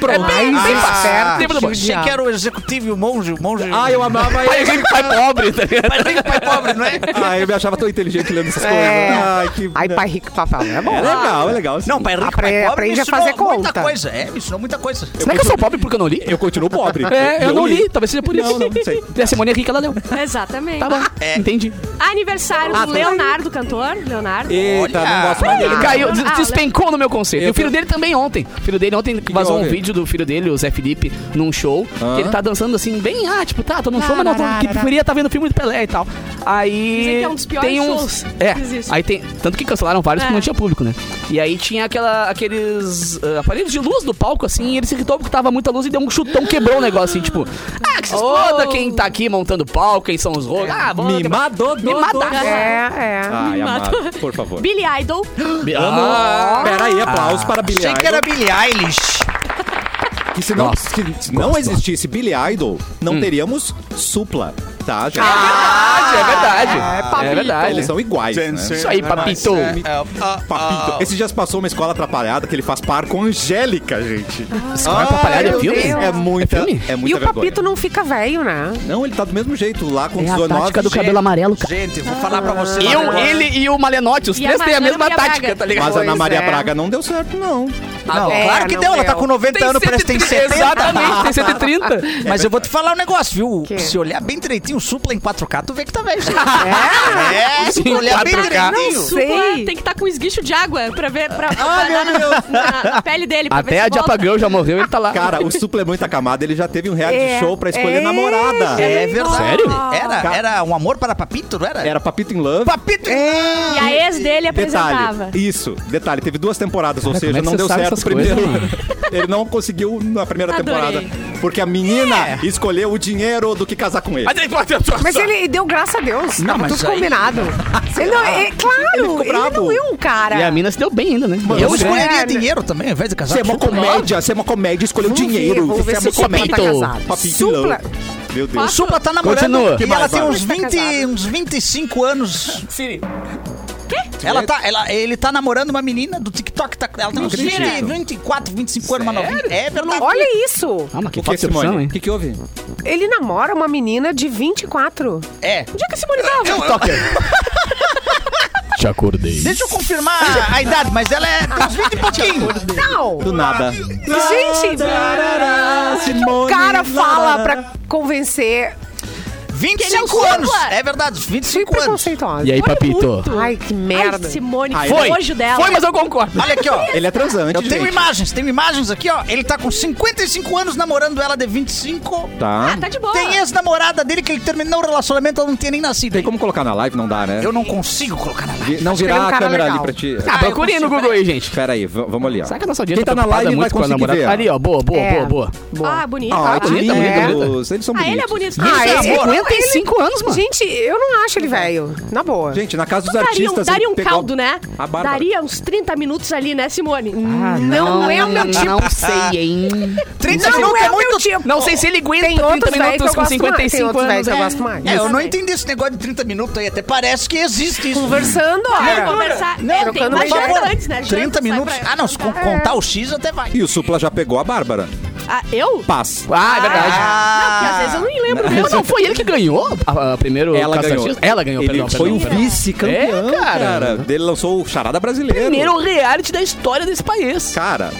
S1: Pronto.
S3: É bem, bem
S2: Ah,
S3: fácil.
S5: esperto
S3: Livro do Boni.
S2: Achei que era o executivo e o monge. O monge.
S1: Ah, eu amava
S3: Pai
S1: ele.
S3: rico, pai pobre, tá ligado?
S2: Pai rico, pai pobre, não é?
S1: Ah, eu me achava tão inteligente lendo essas coisas.
S5: É.
S1: Ai, que...
S5: Ai, pai rico, papai. É
S1: É
S5: bom.
S1: legal, é legal.
S2: Não, pai rico, pai
S5: Apre-
S2: pobre.
S5: aprende
S2: me
S5: a
S2: ensinou
S5: fazer
S2: Muita
S5: conta.
S2: coisa, é, me ensinou muita coisa.
S3: Será que eu sou pobre porque eu não li?
S1: Eu continuo pobre.
S3: É, eu, não li. Talvez seja por isso.
S1: Não, não sei.
S3: E a Simone é rica, ela leu.
S4: Exatamente.
S3: Tá bom, entendi.
S4: Aniversário do
S1: Ah, tá.
S4: Leonardo, cantor. Leonardo.
S1: Eita,
S2: Olha.
S1: não gosto mais
S3: Ele
S1: dele.
S4: Ah,
S3: caiu, des-
S4: ah,
S3: despencou no meu conceito. E
S1: Eu
S3: o filho dele também ontem. O filho dele ontem vazou um
S1: houve?
S3: vídeo do filho dele, o Zé Felipe, num show.
S1: Ah.
S3: Que ele tá dançando assim, bem, ah, tipo, tá, tô num show, mas não tô. Que preferia tá vendo filme do Pelé e tal. Aí.
S4: Dizem que é um dos piores
S3: tem uns,
S4: shows que
S3: É.
S4: existe.
S3: Aí tem. Tanto que cancelaram vários
S4: É.
S3: que não tinha público, né? E aí tinha aquela, aqueles ah, aparelhos de luz do palco, assim, e ele se irritou porque tava muita luz e deu um chutão, quebrou o negócio, assim, tipo. Ah, que se exploda
S4: Oh. É.
S3: quem tá aqui montando o palco, quem são os rolos. Ah, vamos quebrar."
S1: Mimado, do,
S3: Mimadaço.
S1: do-
S5: É, é.
S1: Ai,
S4: Mimado.
S1: amado, por favor.
S4: Billy Idol.
S1: Ah, Amo. Peraí, aplausos para Billy
S2: Achei
S1: Idol.
S2: que era Billie Eilish.
S1: Que se não,
S3: Nossa,
S1: que se não existisse Billy Idol, não teríamos supla, tá, gente?
S3: Ah, é verdade. é verdade.
S1: Eles são iguais, né?
S3: Isso aí, papito.
S2: É,
S1: Papito. Esses dias passou uma escola atrapalhada que ele faz par com Angélica, gente.
S3: Escola Atrapalhada é
S5: meu
S3: filme?
S5: Deus.
S1: É muita,
S3: É filme?
S1: é
S5: E
S1: muita
S5: o papito
S1: vergonha.
S5: não fica velho, né?
S1: Não, ele tá do mesmo jeito, lá com
S3: É a
S1: 19...
S3: tática do cabelo amarelo, cara.
S2: Gente, vou falar pra você. um
S3: Eu,
S2: negócio.
S3: ele e o Malenotti, os
S4: E
S3: três
S4: a
S3: têm a
S4: Mariana
S3: mesma
S4: Maria
S3: tática,
S4: Braga.
S3: tá ligado?
S1: Mas a Ana
S5: Pois
S1: Maria
S5: é.
S1: Braga não deu certo, não.
S2: Não,
S5: É,
S2: claro que
S5: não
S2: deu, ela tá
S5: deu.
S2: com 90 anos, parece que tem 70.
S3: Exatamente, tem 130.
S2: Mas eu vou te falar um negócio, viu?
S5: Que?
S2: Se olhar bem direitinho, o supla em 4K, tu vê que tá velho. É? É, se tu olhar bem
S3: 4K.
S2: direitinho.
S5: Sei.
S4: Supla tem que estar com um esguicho de água pra ver pra, pra dar na, na- na pele dele. Pra ver
S3: Até
S4: se
S3: a de
S4: volta.
S3: apagão já morreu, ele tá lá.
S1: Cara, o supla é muito acamado, ele já teve um reality
S5: É.
S1: show pra escolher
S5: É,
S1: namorada.
S2: É verdade.
S3: Sério?
S2: Era, era um amor para papito, não era?
S1: Era Papito in Love.
S2: Papito!
S4: E a ex dele apresentava.
S1: Detalhe, isso, detalhe, teve duas temporadas, ou
S3: como
S1: seja,
S3: é que
S1: não
S3: você
S1: deu
S3: sabe
S1: certo o
S3: essas
S1: primeiro.
S3: coisas, mano?
S1: Ele não conseguiu na primeira
S4: Adorei.
S1: temporada. Porque a menina
S5: É.
S1: escolheu o dinheiro do que casar com ele.
S3: Mas ele pode atuar
S5: Mas
S3: só.
S5: ele deu graças a Deus.
S3: Não,
S5: Não,
S3: mas
S5: tudo
S3: aí-
S5: combinado. Ele não, é, claro,
S1: ficou
S5: ele,
S1: bravo.
S5: não é um cara.
S3: E a mina se deu bem ainda, né?
S2: Eu
S3: Você-
S2: escolheria
S5: sério?
S2: dinheiro também, ao invés de casar.
S1: Você é uma
S2: com supla.
S1: comédia, você é uma comédia, escolheu
S5: Vamos ver,
S1: dinheiro.
S5: vamos
S1: Você
S5: ver
S1: é uma
S5: se o Supla
S1: comédia.
S5: tá casado.
S1: Papito in
S5: Supla.
S1: Love. Meu
S2: O
S1: Deus.
S2: Supla tá namorando
S3: Continua.
S2: e
S1: Que
S2: ela
S1: mais,
S2: tem
S1: vai?
S2: uns, 20, uns 25 anos.
S3: Siri.
S2: Ela tá, ela, ele tá namorando uma menina do TikTok. Tá, ela tem uns
S1: acredito.
S2: 20, 24, 25 anos, uma novinha. É verdade.
S5: Olha isso.
S3: Ah, mas que
S1: O que, é
S3: falta de opção,
S1: Simone?
S3: hein?
S1: O que, que houve?
S5: Ele namora uma menina de 24.
S2: É.
S4: Onde é que esse
S5: tá?
S4: monitor
S1: um
S4: tava?
S3: Te acordei.
S2: Deixa eu confirmar a- a idade, mas ela é tem uns 20 e pouquinho.
S5: Não!
S1: Do nada.
S5: Gente, o cara fala pra convencer.
S2: 25
S4: Ele é um
S2: anos.
S4: supla.
S2: É verdade,
S5: Que
S2: 25 anos.
S5: preconceituosa.
S3: E aí, papito?
S4: muito.
S5: Ai, que merda.
S4: Ai, Simone,
S1: Ai,
S4: foi.
S3: Foi.
S4: nojo dela.
S3: Foi, mas eu concordo.
S2: Olha aqui, ó.
S1: Ele é transante,
S2: Eu
S1: gente.
S2: tenho imagens, tenho imagens aqui, ó. Ele tá com 55 anos namorando ela de 25.
S1: Tá.
S4: Ah, tá de boa.
S3: é?
S2: Tem ex-namorada dele que ele terminou o relacionamento, ela não tinha nem nascido.
S1: Tem como colocar na live? Não dá, né?
S2: Eu não consigo colocar na live.
S1: Vi- Não
S5: tem
S1: virar
S5: um
S1: a
S5: cara
S1: câmera
S5: legal.
S1: ali pra ti.
S3: Ah,
S2: eu
S3: procurem no
S2: consigo,
S3: Google aí, gente.
S1: Pera aí, v- vamos ali, ó.
S3: Será que a nossa audiência
S1: Quem tá na
S3: preocupada
S1: live
S3: muito
S1: vai
S3: com a
S1: conseguir
S3: namorada?
S1: ver. ó.
S3: Ali, ó, boa, boa,
S5: É.
S3: boa, boa.
S4: Ah, bonito.
S1: Ah,
S4: Ah,
S1: bonito,
S3: é
S1: bonito,
S3: bonito,
S5: bonito.
S1: bonito. Eles são bonitos.
S4: ele é bonito.
S5: Ah,
S4: também.
S5: ele-
S2: Esse é amor.
S3: 55 anos, mano.
S5: Gente, eu não acho ele velho. Na boa.
S1: Gente, na casa dos
S4: Daria um,
S1: artistas...
S4: daria
S1: ele
S4: um
S1: pegou-
S4: caldo, né?
S1: A Bárbara.
S4: Daria uns 30 minutos ali, né, Simone?
S5: Ah, não, é o meu tipo.
S3: Não sei, hein?
S2: 30
S5: Não,
S2: minutos
S5: é, o
S2: é
S5: meu
S2: muito
S5: tipo.
S3: Não sei se ele aguenta
S5: Tem outros
S3: 30
S5: velhos que eu
S3: minutos com
S5: gosto mais. Tem
S3: 55
S5: outros velhos
S3: anos.
S5: que eu
S3: é.
S5: gosto mais.
S2: É, eu não entendi esse negócio de 30 minutos aí. Até parece que existe isso.
S5: Conversando,
S4: Vai
S5: olha.
S4: conversar.
S2: Não,
S4: é, tem
S5: trocando
S4: uma
S5: uma ideia.
S4: janta antes, né? Janta,
S2: 30
S4: sai
S2: minutos?
S4: pra-
S2: Ah, não, se con- contar o X até vai.
S1: E o Supla já pegou a Bárbara.
S4: Ah, eu?
S1: Paz.
S3: Ah, é verdade.
S4: Ah, porque às vezes eu nem lembro mesmo.
S3: Mas não foi ele que ganhou a, a primeiro
S1: Ela
S3: Caça
S1: ganhou.
S3: Artista? Ela ganhou,
S1: Ele
S3: perdão,
S1: foi
S3: perdão,
S1: o
S3: perdão.
S1: vice-campeão,
S3: É, cara.
S1: cara. Ele lançou o Charada Brasileiro.
S3: Primeiro reality da história desse país.
S1: Cara,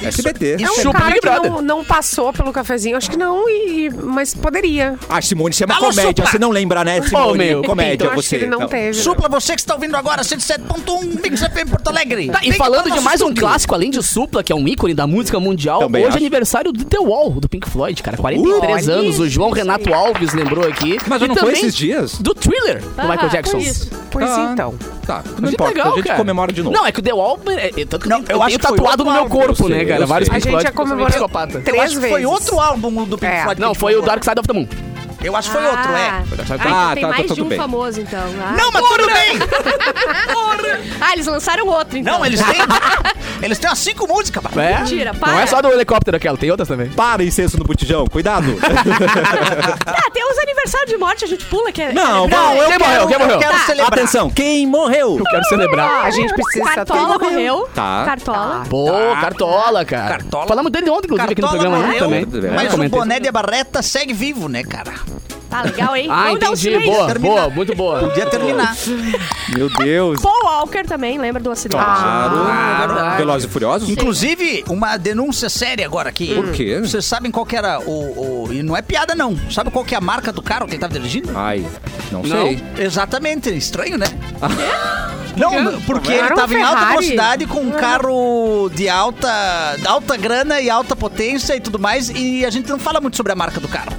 S1: SBT.
S5: É um
S3: Chupa
S5: cara
S3: Big
S5: que não,
S3: Brother.
S5: não passou pelo cafezinho. Acho que não, e- e- mas poderia.
S1: Ah, Simone chama
S2: Alô,
S1: comédia.
S2: supla!
S1: Você não lembra, né, Simone?
S3: meu,
S1: comédia,
S5: então, acho
S1: você.
S5: que ele não
S1: Então,
S5: teve. né?
S2: Supla você que está ouvindo agora, 107.1 Mix FM Porto Alegre.
S3: Tá, e
S2: Vem
S3: falando de
S2: pra nosso
S3: mais um
S2: estúdio.
S3: clássico, além de Supla, que é um ícone da música mundial,
S1: Também
S3: hoje
S1: acho.
S3: é aniversário do The Wall, do Pink Floyd, cara. 43
S5: Uh!
S3: anos, o João Renato Alves lembrou aqui.
S1: Mas
S3: e
S1: não tipo foi
S3: também
S1: esses dias?
S3: Do Thriller, do
S4: Ah,
S3: Michael Jackson.
S4: por isso.
S5: Pois
S1: Ah,
S5: então.
S1: Tá, não
S3: Mas é
S1: importa.
S3: legal,
S1: a gente
S3: cara.
S1: comemora de novo.
S3: Não, é que o The Wall. é- é- tanto que
S2: Não,
S3: eu,
S2: eu
S3: eu
S2: acho
S3: tenho
S2: que foi
S3: tatuado no meu
S2: outro álbum,
S3: corpo,
S1: eu
S3: né,
S1: sei,
S3: cara?
S1: eu
S3: Vários
S5: A
S1: sei.
S3: Pink
S5: gente
S3: Floyd
S5: já
S3: que eu sou meio
S5: comemorou
S3: psicopata.
S5: três
S2: Eu acho que foi
S5: vezes.
S2: outro álbum do Pink
S5: É.
S2: Floyd. que
S3: Não,
S2: a gente
S3: foi o
S2: falou.
S3: Dark Side of the Moon.
S2: Eu acho que foi outro, é.
S4: Ah,
S1: Ah,
S4: então tem
S1: tá, tá
S4: mais de
S1: tudo
S4: um
S1: bem.
S4: famoso, então. Ah.
S2: Não, mas tudo bem.
S4: Ah, eles lançaram outro, então.
S2: Não, eles têm... eles têm umas cinco músicas, pá.
S3: É?
S4: Mentira,
S3: Não
S4: para.
S3: é só do helicóptero aquela, tem outras também.
S1: Para, incenso no botijão, cuidado.
S4: Ah, tem os aniversários de morte, a gente pula, que é...
S1: Não,
S2: Não, eu
S3: Quem
S2: quero,
S3: morreu? Quem morreu?
S2: Eu quero
S4: Tá.
S2: celebrar.
S1: Atenção, quem morreu?
S3: Eu quero celebrar.
S5: Ah, A gente precisa
S4: Cartola
S5: ter-
S4: morreu.
S1: Tá.
S4: Cartola.
S3: Pô, Cartola, cara.
S2: Cartola.
S3: Falamos dele ontem, inclusive, aqui no
S2: Cartola
S3: programa né,
S2: morreu,
S3: também.
S1: tudo bem.
S3: É,
S2: Mas o
S3: comentei.
S2: boné de barreta segue vivo, né, cara?
S4: Tá legal, hein?
S3: Ah,
S4: Vamos dar um
S3: entendi.
S4: silêncio.
S3: Boa,
S2: Terminar.
S3: boa, muito boa.
S2: Podia terminar.
S1: Meu Deus.
S4: Paul Walker também, lembra do acidente?
S1: Claro.
S3: verdade.
S1: Velozes e Furiosos?
S2: Inclusive, uma denúncia séria agora aqui.
S1: Por quê?
S2: Vocês sabem qual que era o, o- E não é piada, não. Sabe qual que é a marca do carro que ele tava dirigindo?
S1: Ai, não,
S3: Não.
S1: sei.
S2: Exatamente, estranho, né? Não, porque
S5: Era
S2: ele
S5: um
S2: tava em alta
S5: Ferrari.
S2: velocidade com um carro de alta, alta grana e alta potência e tudo mais, e a gente não fala muito sobre a marca do carro.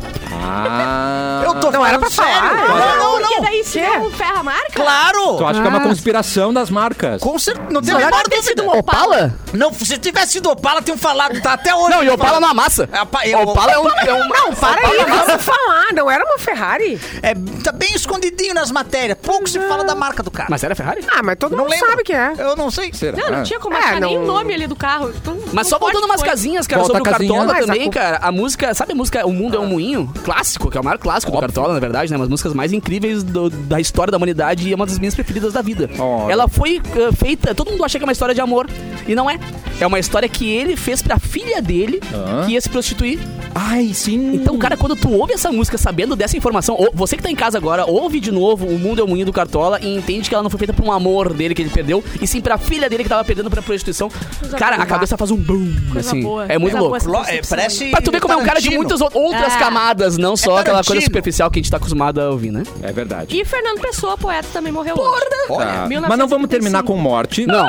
S1: Ah.
S2: Eu tô
S5: Não era
S2: falando
S5: pra
S2: sério.
S5: falar.
S2: Não, não,
S4: Porque
S2: não.
S4: daí se
S5: Quê?
S4: não ferra a marca?
S1: Tu
S2: Claro!
S1: acha que é uma conspiração das marcas?
S2: Com certeza, não tem a
S3: Será
S2: menor
S3: que tem sido
S2: dúvida.
S3: um Opala?
S2: Não, se tivesse sido Opala, tem um falado, tá até hoje.
S3: Não, e Opala não amassa.
S2: É, pa- eu-
S3: Opala é um... É um não,
S5: Para aí, vamos falar. Não era uma Ferrari?
S2: É, tá bem escondidinho nas matérias. Pouco se fala da marca do carro.
S3: Mas era Ferrari?
S5: Ah, mas todo
S2: Eu não
S5: mundo
S2: lembro.
S5: sabe que é.
S2: Eu não sei.
S1: Será?
S4: Não, não tinha como
S5: É,
S4: achar nem
S5: não-
S4: o nome ali do carro. Tu- não
S3: Ah, Mas só
S4: pode
S3: voltando umas
S4: foi.
S3: casinhas, cara,
S1: Volta a
S3: sobre o
S1: casinha.
S3: Cartola
S5: Mas a
S3: também,
S5: culpa-
S3: cara. A música, sabe a música O Mundo é um Moinho? Clássico, que é o maior clássico do Cartola, na verdade, né? Uma das músicas mais incríveis do- da história da humanidade e é uma das minhas preferidas da vida.
S1: Olha.
S3: Ela foi eh, feita, todo mundo acha que é uma história de amor, e não é. É uma história que ele fez pra filha dele,
S1: Ah.
S3: que ia se prostituir.
S1: Ai, sim.
S3: Então, cara, quando tu ouve essa música sabendo dessa informação, ou- você que tá em casa agora, ouve de novo O Mundo é o Moinho do Cartola e entende que ela não foi feita pra um amor dele que ele perdeu, e sim pra filha dele que tava perdendo pra prostituição. Cara, a cabeça faz um boom,
S4: Coisa
S3: assim.
S4: boa.
S3: É muito
S4: Coisa
S3: louco.
S4: boa essa
S2: Lo- é,
S4: concepção aí.
S2: parece.
S3: Pra tu ver como é um cara de
S2: Tarantino.
S3: muitas ou- outras
S4: É.
S3: camadas, não só
S2: É
S3: aquela coisa
S2: Tarantino.
S3: superficial que a gente tá acostumado a ouvir, né?
S1: É verdade.
S4: E Fernando Pessoa, poeta, também morreu Porra.
S1: Tá. Mas não vamos terminar com morte.
S3: Não.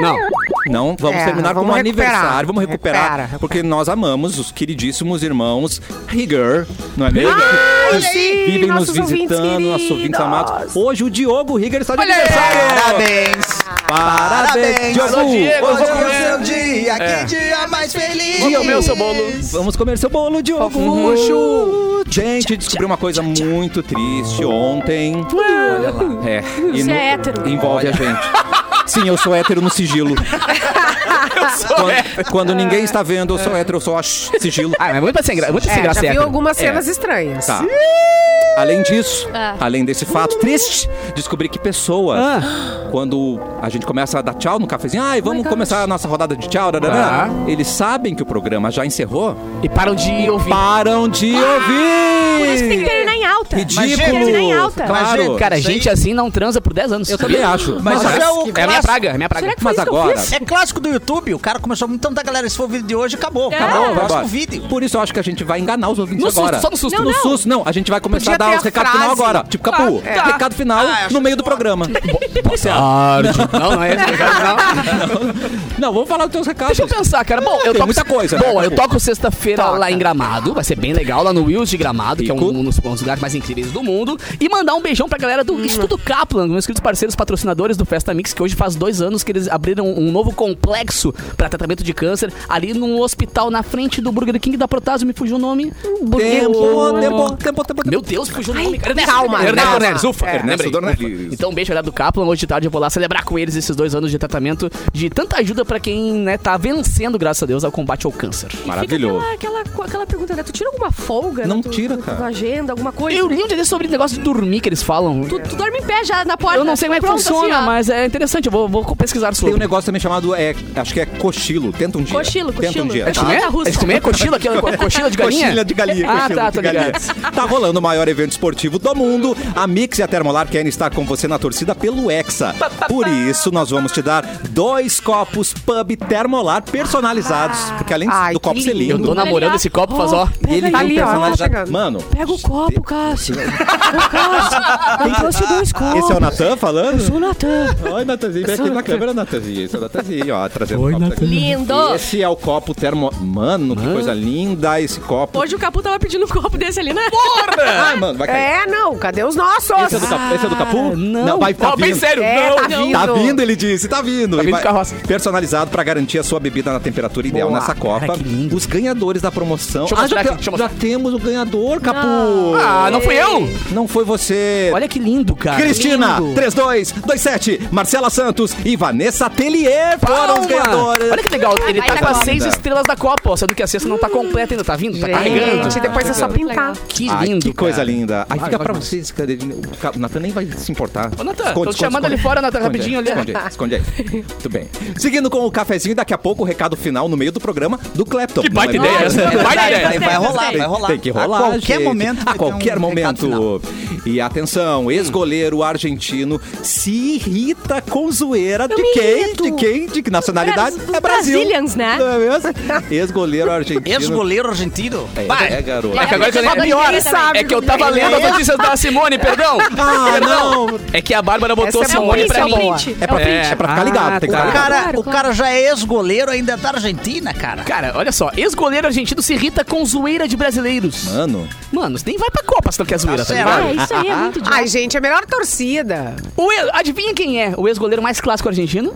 S3: Não.
S1: Não, vamos
S5: É,
S1: terminar com
S5: vamos
S1: um
S5: recuperar.
S1: aniversário. Vamos recuperar.
S5: Recupera, recupera.
S1: Porque nós amamos os queridíssimos irmãos Rigger, não é mesmo?
S5: Ah, Olha aí,
S1: Vivem nos
S5: nossos ouvintes
S1: visitando, nossos ouvintes
S5: queridos.
S1: amados. Hoje o Diogo Rigger está de
S3: Olha aí.
S1: aniversário.
S2: Parabéns!
S1: Parabéns,
S2: Parabéns,
S1: Diogo.
S2: alô,
S3: Diego,
S1: Hoje
S2: Hoje
S1: é
S3: alô,
S1: o
S2: é
S1: seu
S2: o seu dia, que dia mais feliz!
S3: Vou comer o seu bolo.
S1: Vamos comer seu bolo, Diogo. Uhum. Gente, descobri uma coisa muito triste ontem. Olha lá. É. e
S4: Você
S1: no-
S4: é hétero.
S1: Envolve a gente. Sim, eu sou hétero no sigilo. Quando, quando ninguém está vendo, eu sou hétero, eu sou acho sigilo.
S3: Ah, mas muito pra sem graça. Muito sem
S5: É,
S3: graça
S5: já
S3: é
S5: viu
S3: hétero.
S5: algumas cenas estranhas.
S1: Tá. Além disso,
S4: Ah.
S1: além desse fato triste, descobri que pessoas, quando a gente começa a dar tchau no cafezinho, ai, vamos começar a nossa rodada de tchau, dadadá", eles sabem que o programa já encerrou,
S3: E param de ouvir.
S1: param de ouvir.
S4: Por isso que tem que terminar em alta.
S1: Ridículo.
S2: Mas, gente,
S4: terminar em alta.
S1: Claro.
S2: Mas,
S3: Cara,
S2: Isso aí-
S3: gente assim não transa por 10 anos.
S1: Eu também acho.
S2: Mas
S1: Mas,
S2: isso é o
S3: É a minha
S2: clássico.
S3: praga, é a minha praga.
S4: Será que foi
S1: mas
S4: isso que eu
S1: agora.
S4: fiz?
S2: É clássico do YouTube, o cara começou. Então tá, galera, esse foi o vídeo de hoje, acabou.
S3: Ah.
S4: É.
S2: Acabou,
S1: Acabou,
S2: próximo
S1: Tá agora.
S2: vídeo.
S1: Por isso eu acho que a gente vai enganar os ouvintes
S3: No susto,
S1: agora.
S3: só no susto.
S1: No
S4: Não.
S1: susto, não. A gente vai começar a
S5: Podia
S1: dar
S5: ter
S1: os
S5: a
S1: recados final
S5: frase.
S1: agora. Tipo, Capu,
S3: Tá, Ah. tá.
S1: recado final
S2: Ah, acho
S1: no meio
S2: que
S1: do
S2: boa.
S1: programa. é
S3: Tarde. Não, não é esse recado, não.
S1: Não, vamos falar dos teus recados.
S3: Deixa eu pensar, cara. Bom, eu
S1: Tem
S3: toco
S1: muita coisa, né,
S3: Bom, eu
S1: Capu?
S3: toco sexta-feira lá em Gramado. Vai ser bem legal lá no Wills de Gramado, que é
S1: Rico. Hum.
S3: um, um dos um dos lugares mais incríveis do mundo. E mandar um beijão pra galera do Instituto Kaplan, meus queridos parceiros patrocinadores do Festa Mix, que hoje faz dois anos que eles abriram um novo complexo pra tratamento de câncer ali num hospital na frente do Burger King da Protásio. Me fugiu o nome.
S1: Tempo, tempo, tempo, tempo.
S3: Meu Deus, fugiu o nome. Ernesto,
S5: calma,
S3: Ernesto
S5: calma.
S3: Dornelis, ufa.
S5: É.
S3: Ernesto
S1: Ernesto
S3: lembrei.
S1: Dornelis.
S3: Então, um beijo olhado do Kaplan. Hoje de tarde eu vou lá celebrar com eles esses dois anos de tratamento, de tanta ajuda pra quem né, tá vencendo, graças a Deus, ao combate ao câncer.
S4: Fica
S1: Maravilhoso.
S4: Aquela, aquela, aquela pergunta, né? Tu tira alguma folga?
S1: Não
S4: da tu-
S1: tira,
S4: da
S1: cara.
S4: Tua agenda, alguma coisa.
S3: Eu li um dia desse sobre negócio de dormir que eles falam.
S4: Tu, tu dorme em pé já na porta.
S3: Eu não sei como é que
S4: Pronto,
S3: funciona,
S4: assim, ó.
S3: mas é interessante. Eu vou, vou pesquisar
S1: Tem
S3: sobre.
S1: um negócio também chamado, é, acho que é cochilo. Tenta um dia.
S4: Cochilo,
S1: Tenta um
S4: cochilo.
S1: dia.
S4: Cochilo.
S1: tá?
S3: Comer?
S4: Tá russo.
S3: Eles comer cochila, aquela co- cochila de galinha?
S1: Cochila de galinha,
S3: Ah,
S1: cochila
S3: tá,
S1: de
S3: tô
S1: galinha.
S3: ligado.
S1: Tá rolando o maior evento esportivo do mundo. A Mix e a Termolar querem estar com você na torcida pelo Hexa. Por isso, nós vamos te dar dois copos Pub Termolar personalizados. Porque além
S5: Ai,
S1: do copo
S5: que
S1: ser
S3: Eu
S1: lindo,
S3: tô
S4: Olha
S3: namorando
S4: lá.
S3: esse copo, faz ó.
S4: Oh,
S1: ele
S5: Tá
S1: vem
S5: ali, ó, tá
S1: personalizado.
S5: chegando.
S1: Mano,
S4: Pega o copo, Cássio. Ô, Cássio, eu trouxe dois copos.
S1: esse é o Natan falando?
S4: Sou o Natan.
S1: Oi, Natanzinho. Vem aqui na câmera, Natanzinho. Esse é o Natanzinho, ó, trazendo
S3: Oi,
S1: o copo pra
S3: Natanzinho.
S4: Lindo.
S1: Esse é o copo termo... Mano, que coisa linda esse copo.
S4: Hoje o Capu tava pedindo um copo desse ali, né? Porra!
S1: Ah, mano, vai cair.
S5: É, não, cadê os nossos?
S1: Esse, é do Capu, esse é do Capu?
S3: não.
S1: vai tá
S3: Ó, bem
S1: vindo.
S3: sério,
S5: É,
S3: não.
S5: tá vindo.
S1: Tá vindo, ele disse, tá vindo.
S3: Tá
S1: E
S3: vindo
S1: vai-
S3: carroça.
S1: Personalizado pra garantir a sua bebida na temperatura ideal
S3: Boa.
S1: nessa Copa.
S3: Cara, que lindo.
S1: Os ganhadores da promoção. Ah,
S3: Deixa eu mostrar
S1: já,
S3: aqui,
S1: te-
S3: deixa eu
S1: já
S3: mostrar.
S1: temos o ganhador, Capu.
S3: Ah, não fui eu?
S1: Não foi você.
S3: Olha que lindo, cara.
S1: Cristina,
S3: Lindo.
S1: 3227, Marcela Santos e Vanessa Atelier foram os
S3: Palma.
S1: ganhadores.
S3: Olha que legal, ele
S4: Vai
S3: tá
S4: na
S3: com as
S4: Copa.
S3: seis estrelas da Copa, ó, sendo que a sexta não tá completa ainda, tá vindo, tá carregando.
S5: Gente, depois é só pintar.
S3: Que lindo,
S1: Ai, que coisa
S3: cara.
S1: linda. Aí
S3: Vai,
S1: fica
S3: vai,
S1: pra
S3: vai.
S1: vocês, cara. ele- O ca- o Natan nem vai se importar.
S3: Ô, Natan, tô te chamando ali fora, Natan,
S1: Esconde
S3: rapidinho
S1: aí,
S3: ali.
S1: Esconde aí, esconde aí. Muito bem. Seguindo com o cafezinho, daqui a pouco o recado final no meio do programa do Clapton.
S3: Que
S1: Não
S3: baita
S1: é
S3: ideia,
S1: mesmo?
S3: né? Baita
S2: Vai,
S3: ideia.
S2: vai, vai rolar,
S1: Tem-
S2: vai rolar.
S1: Tem que rolar.
S2: A qualquer
S1: gente.
S2: momento.
S1: A
S2: vai ter um
S1: qualquer
S2: recado final.
S1: momento. E atenção, ex-goleiro argentino se irrita com zoeira de
S4: me
S1: quem?
S4: irrito.
S1: De quem? De que nacionalidade?
S4: É, dos- dos
S1: É Brasil.
S4: Brazilians, né?
S1: Não é mesmo? Ex-goleiro argentino.
S2: Ex-goleiro argentino.
S1: É, é, garoto.
S3: É que agora que eu
S4: Só
S3: lembro,
S4: da
S3: pior,
S4: Cristina também.
S3: é que eu tava lendo as notícias da Simone, perdão.
S1: Ah, não.
S3: É que a Bárbara botou
S5: Essa é
S3: Simone
S5: boa,
S3: pra
S5: essa é
S3: mim.
S5: boa.
S1: É pra,
S3: É.
S1: é pra ficar ligado, tem que
S3: tá.
S1: ficar
S2: O
S1: ligado.
S2: cara,
S4: Claro,
S2: o cara já é ex-goleiro, ainda é da Argentina, cara.
S3: Cara, olha só, ex-goleiro argentino se irrita com zoeira de brasileiros.
S1: Mano,
S3: Mano, você nem vai pra Copa se não quer zoeira, tá
S2: certo.
S3: ligado?
S4: É, isso aí é
S3: Ah,
S4: muito idiota.
S5: Ai, gente, é a melhor torcida.
S3: O ex- adivinha quem é o ex-goleiro mais clássico argentino?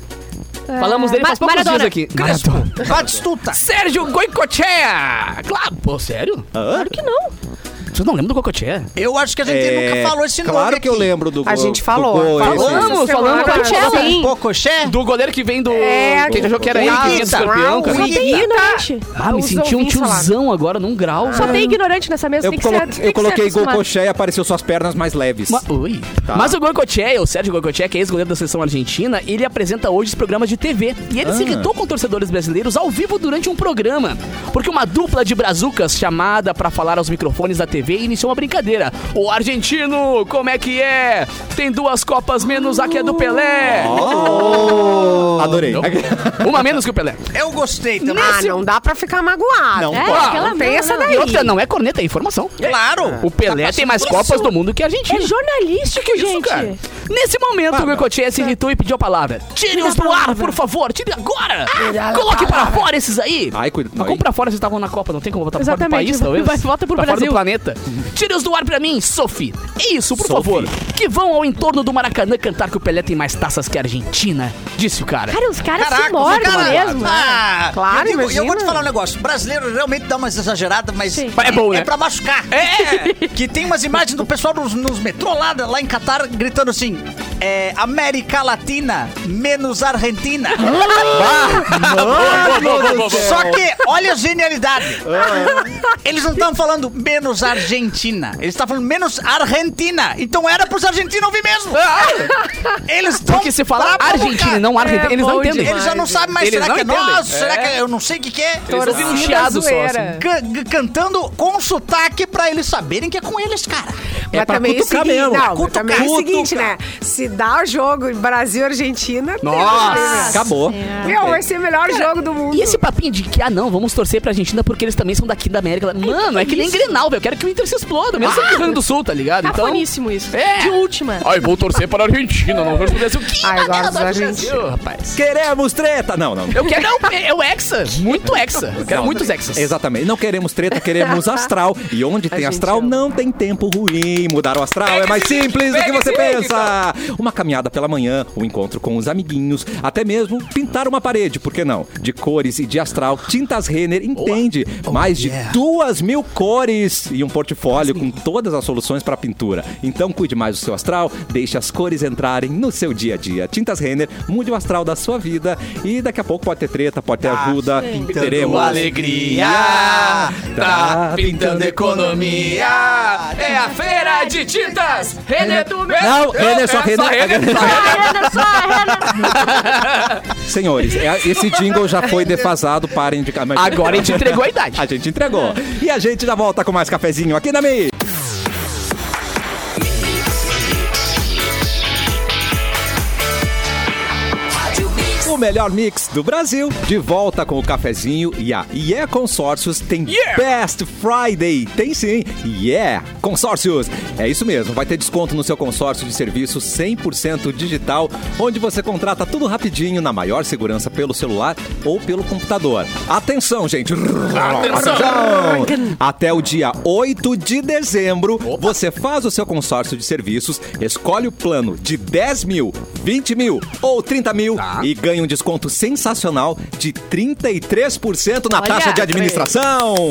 S3: Falamos dele
S4: Ma-
S3: faz poucos
S4: Maradona.
S3: dias aqui.
S2: Crespo,
S3: É, Maradona.
S2: Batistuta.
S3: Sérgio Goicochea! Claro, pô, sério?
S1: Hã?
S3: Claro que não. Você não lembra do Goicochea?
S2: Eu acho que a gente nunca falou esse nome.
S1: É, Claro que eu
S2: aqui.
S1: lembro do
S5: A
S1: gol-
S5: gente falou.
S1: do gol
S5: Falou.
S1: esse.
S5: Essa
S3: Falamos, falamos
S5: semana-
S3: do Goicochea.
S4: Sim.
S2: Pocoché?
S3: Do goleiro que vem do...
S5: É,
S3: que já jogou que era ele
S2: Wikita.
S3: que vinha do escorpião, cara.
S5: Uau,
S2: Wikita.
S4: Tem
S5: Eita.
S4: ignorante.
S3: Ah, me
S5: Os
S3: senti um
S5: ouvintes falaram.
S3: tiozão agora, num grau.
S4: Só tem ignorante nessa mesa.
S1: Eu,
S4: tem que
S1: colo-
S4: ser, tem que
S1: eu
S4: ser
S1: coloquei gol
S4: acostumado.
S1: coxé e apareceu suas pernas mais leves.
S3: Ma- Ui.
S1: Tá.
S3: Mas o Goicoechea, o Sérgio Goicoechea, que é ex-goleiro da seleção argentina, ele apresenta hoje os programas de TV. E ele
S1: Ah.
S3: se irritou com torcedores brasileiros ao vivo durante um programa. Porque uma dupla de brazucas chamada pra falar aos microfones da TV iniciou uma brincadeira. O argentino, como é que é? Tem duas copas menos, a que é do Pelé.
S1: Oh! Adorei.
S3: Não. Uma menos que o Pelé.
S2: Eu gostei também.
S5: Ah, não dá pra ficar magoado.
S1: Não
S4: É,
S1: pode.
S4: aquela
S5: Não tem
S4: não,
S5: essa
S4: não.
S5: daí.
S3: E outra, não é corneta, é informação.
S2: Ah, Claro.
S3: O Pelé tem
S1: Tá
S3: mais copas do mundo que a Argentina.
S4: É jornalístico,
S3: Que isso,
S4: gente.
S3: cara? Nesse momento, o Goicoechea se irritou e pediu a palavra. Tire-os do ar, por favor. Tire agora. Coloque para fora esses aí.
S1: Ai, cuidado.
S3: Mas como pra fora vocês estavam na Copa? Não tem como botar pra fora do
S4: Exatamente.
S3: país, talvez?
S4: Vai- volta pro
S3: pra fora
S4: Brasil.
S3: do planeta. Tire-os do ar pra mim, Sophie. É isso, por
S1: Sophie.
S3: favor. Que vão ao entorno do Maracanã cantar que o Pelé tem mais taças que a Argentina. Disse o cara.
S4: Cara, os caras se
S2: o
S4: mordem mesmo. é.
S2: Ah,
S5: Claro,
S2: eu, digo, eu vou te
S5: imagina.
S2: falar um negócio. O brasileiro realmente dá umas exageradas, mas
S4: Sim.
S3: Mas é bom, né?
S2: pra machucar.
S3: É.
S2: Que tem umas imagens do pessoal nos, nos metrô lá, lá em Catar gritando assim: é, América Latina menos Argentina. Só que, olha a genialidade.
S4: Ah.
S2: Eles não estavam falando menos Argentina. Eles estavam falando menos Argentina. Então era pros argentinos ouvir mesmo.
S4: Ah.
S2: Eles estão.
S3: Porque se falar Argentina e não Argentina,
S5: É
S3: eles
S5: bom
S3: não entendem.
S5: demais.
S2: Eles já não sabem mais,
S3: Eles
S2: será
S3: não
S2: que é
S3: entendem.
S2: nosso? Será
S3: É.
S2: que é- eu não sei o que, que é?
S3: Eles ouviram um
S5: Torcida
S3: chiado só,
S5: zoeira.
S3: assim.
S2: Ca- g- cantando com sotaque pra eles saberem que é com eles, cara.
S5: Mas
S1: pra
S5: também é o
S1: cutucar
S5: seguinte,
S1: mesmo.
S5: não, mas
S1: Cutucar.
S5: também é o seguinte, né?
S1: Cutucar.
S5: Se dá o jogo Brasil e Argentina, Deus
S3: Nossa.
S1: Acabou.
S5: me livre. Meu, vai ser o melhor jogo do mundo.
S3: E esse papinho de que, ah, não, vamos torcer pra Argentina porque eles também são daqui da América. Latina. Mano, é que nem
S4: isso?
S3: Grenal, velho. Eu quero que o Inter se exploda,
S4: Ah.
S3: mesmo sendo do Rio Grande do Sul, tá ligado? Então.
S4: Cafoníssimo isso.
S3: É.
S4: De última.
S3: Ai, vou torcer para a Argentina, não torço pro Brasil. Que
S5: Ai,
S3: maneira
S5: gosto da
S3: torce pro
S5: Argentina.
S3: Brasil, rapaz.
S1: Queremos treta! Não, não.
S3: Eu quero. Não, é o Hexa. Muito Hexa. Eu quero
S1: Não.
S3: muitos Hexas.
S1: Exatamente. Não queremos treta, queremos astral. E onde tem
S5: gente
S1: astral,
S5: ama.
S1: não tem tempo ruim. Sim, mudar o astral é mais simples do que você pensa. Uma caminhada pela manhã, um encontro com os amiguinhos, até mesmo pintar uma parede, por que não? De cores e de astral, Tintas Renner entende mais de duas mil cores e um portfólio com todas as soluções para pintura. Então cuide mais do seu astral, deixe as cores entrarem no seu dia a dia. Tintas Renner, mude o astral da sua vida e daqui a pouco pode ter treta, pode ter ajuda, teremos.
S6: alegria,
S1: tá pintando
S6: economia. É a feira de tintas, René do meu.
S1: Não, Renner, é só Renner.
S4: Renner, só, Renner.
S1: Senhores, é- esse jingle já foi defasado, parem de... mas-
S3: Agora a gente entregou a idade.
S1: A gente entregou. E a gente já volta com mais cafezinho aqui na Mi. O melhor mix do Brasil, de volta com o cafezinho e a Yeah Consórcios tem Best Friday. Tem sim, Yeah Consórcios. É isso mesmo, vai ter desconto no seu consórcio de serviço 100% digital, onde você contrata tudo rapidinho, na maior segurança pelo celular ou pelo computador. Atenção, gente. Atenção! Até o dia 8 de dezembro, você faz o seu consórcio de serviços, escolhe o plano de 10 mil, 20 mil ou 30 mil e ganha um desconto sensacional de 33% na
S4: Olha,
S1: taxa de administração.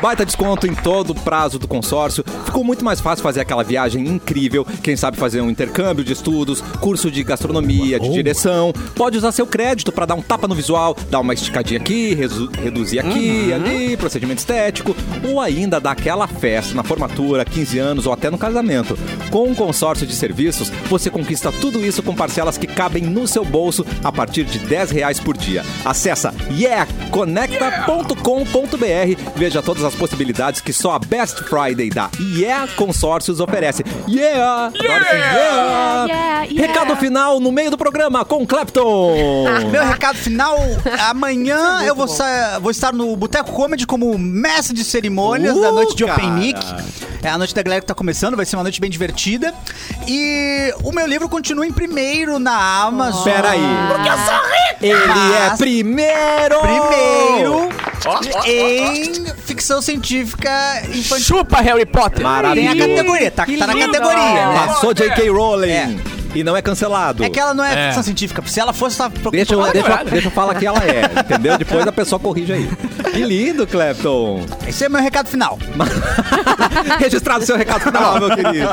S1: Baita desconto em todo o prazo do consórcio. Ficou muito mais fácil fazer aquela viagem incrível. Quem sabe fazer um intercâmbio de estudos, curso de gastronomia, de direção. Pode usar seu crédito para dar um tapa no visual, dar uma esticadinha aqui, resu- reduzir aqui, ali, procedimento estético. Ou ainda dar aquela festa na formatura, 15 anos ou até no casamento. Com o consórcio de serviços, você conquista tudo isso com parcelas que cabem no seu bolso a partir de 10 reais por dia. Acessa yeahconecta.com.br veja todas as possibilidades que só a Best Friday da Yeah Consórcios oferece. Yeah! Agora sim, yeah!
S4: Yeah, yeah.
S1: Recado final no meio do programa com Clapton.
S2: Ah, Meu recado final,
S3: é
S2: amanhã eu vou, sa- vou estar no Boteco Comedy como mestre de cerimônias
S1: Uh,
S2: da noite de Open
S1: cara.
S2: Mic. É a noite da galera que tá começando, vai ser uma noite bem divertida. E o meu livro continua em primeiro na Amazon.
S1: Peraí. Porque eu sou rico! Ele é
S2: Mas-
S1: primeiro!
S2: Primeiro em ficção científica infantil.
S3: Chupa Harry Potter.
S2: Tem a
S1: Maravilhoso.
S2: categoria, tá, tá na
S4: lindo.
S2: categoria, né?
S1: Passou J.K. Rowling.
S2: É.
S1: E não é cancelado.
S2: É que ela não é, ficção científica. Se ela fosse, tá
S1: Deixa eu, deixa, eu- deixa eu falar que ela é, entendeu? Depois a pessoa corrige aí. Que lindo, Clapton.
S2: Esse é meu recado final.
S5: Ah.
S1: Registrado seu recado final, meu querido.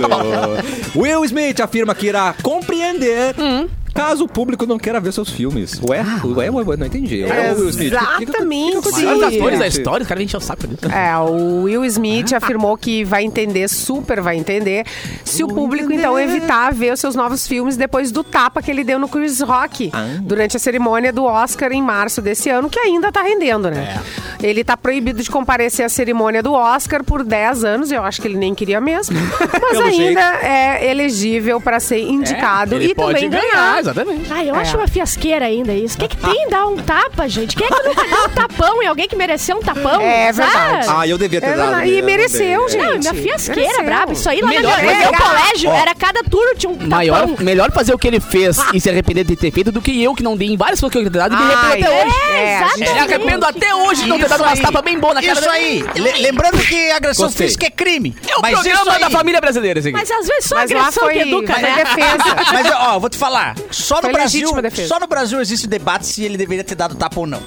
S1: Will Smith afirma que irá compreender.
S5: Hum.
S1: Caso o público não queira ver seus filmes. Ué, ué, ué, ué, não entendi. Ué, Will Smith, é o que- tá o
S5: Ah.
S1: que- o que-
S5: Exatamente.
S1: o que- o que-
S3: Sabe das
S5: Sim.
S3: cores da história, o cara vem encher o saco ali.
S5: É, o Will Smith afirmou que vai entender, super vai entender, se o público então evitar ver os seus novos filmes depois do tapa que ele deu no Chris Rock durante a cerimônia do Oscar em março desse ano, que ainda tá rendendo, né? Ele tá proibido de comparecer à cerimônia do Oscar por 10 anos, eu acho que ele nem queria mesmo, mas
S1: Pelo
S5: ainda
S1: jeito.
S5: é elegível para ser indicado
S3: É, Ele
S5: e também ganhar.
S3: Exatamente.
S4: Ai, eu
S5: É.
S4: acho uma fiasqueira ainda isso. O que, que
S3: Tá.
S4: tem dar um tapa, gente? Quem é que nunca deu um tapão em alguém que mereceu um tapão?
S5: É verdade.
S4: sabe?
S1: Ah, eu devia ter
S5: É,
S1: dado.
S5: não,
S1: mesmo,
S5: e
S1: não
S5: mereceu,
S1: dei.
S5: gente.
S4: Não, minha fiasqueira
S5: Mereceu.
S4: braba. Isso aí lá
S3: Melhor
S4: na minha, no meu
S5: pegar.
S4: colégio, era cada turno tinha um tapão.
S3: Maior, melhor fazer o que ele fez e se arrepender de ter feito do que eu que não dei em várias oportunidades e
S5: Ai,
S3: me arrependo até hoje.
S5: é,
S4: exato.
S5: gente.
S3: Me arrependo até hoje de não ter
S2: Isso
S3: dado umas
S2: aí.
S3: tapas bem boas na cara
S2: Isso
S3: dele.
S2: aí. Le- lembrando que agressão
S1: Gostei.
S2: física é crime.
S3: É o programa da família brasileira, esse aqui.
S4: Mas às vezes só a
S5: Mas lá
S4: agressão
S5: foi,
S4: que educa,
S5: foi
S4: né?
S5: defesa.
S2: Mas ó, vou te falar, só
S5: Foi
S2: no Brasil,
S5: legítima defesa.
S2: só no Brasil existe debate se ele deveria ter dado tapa ou não.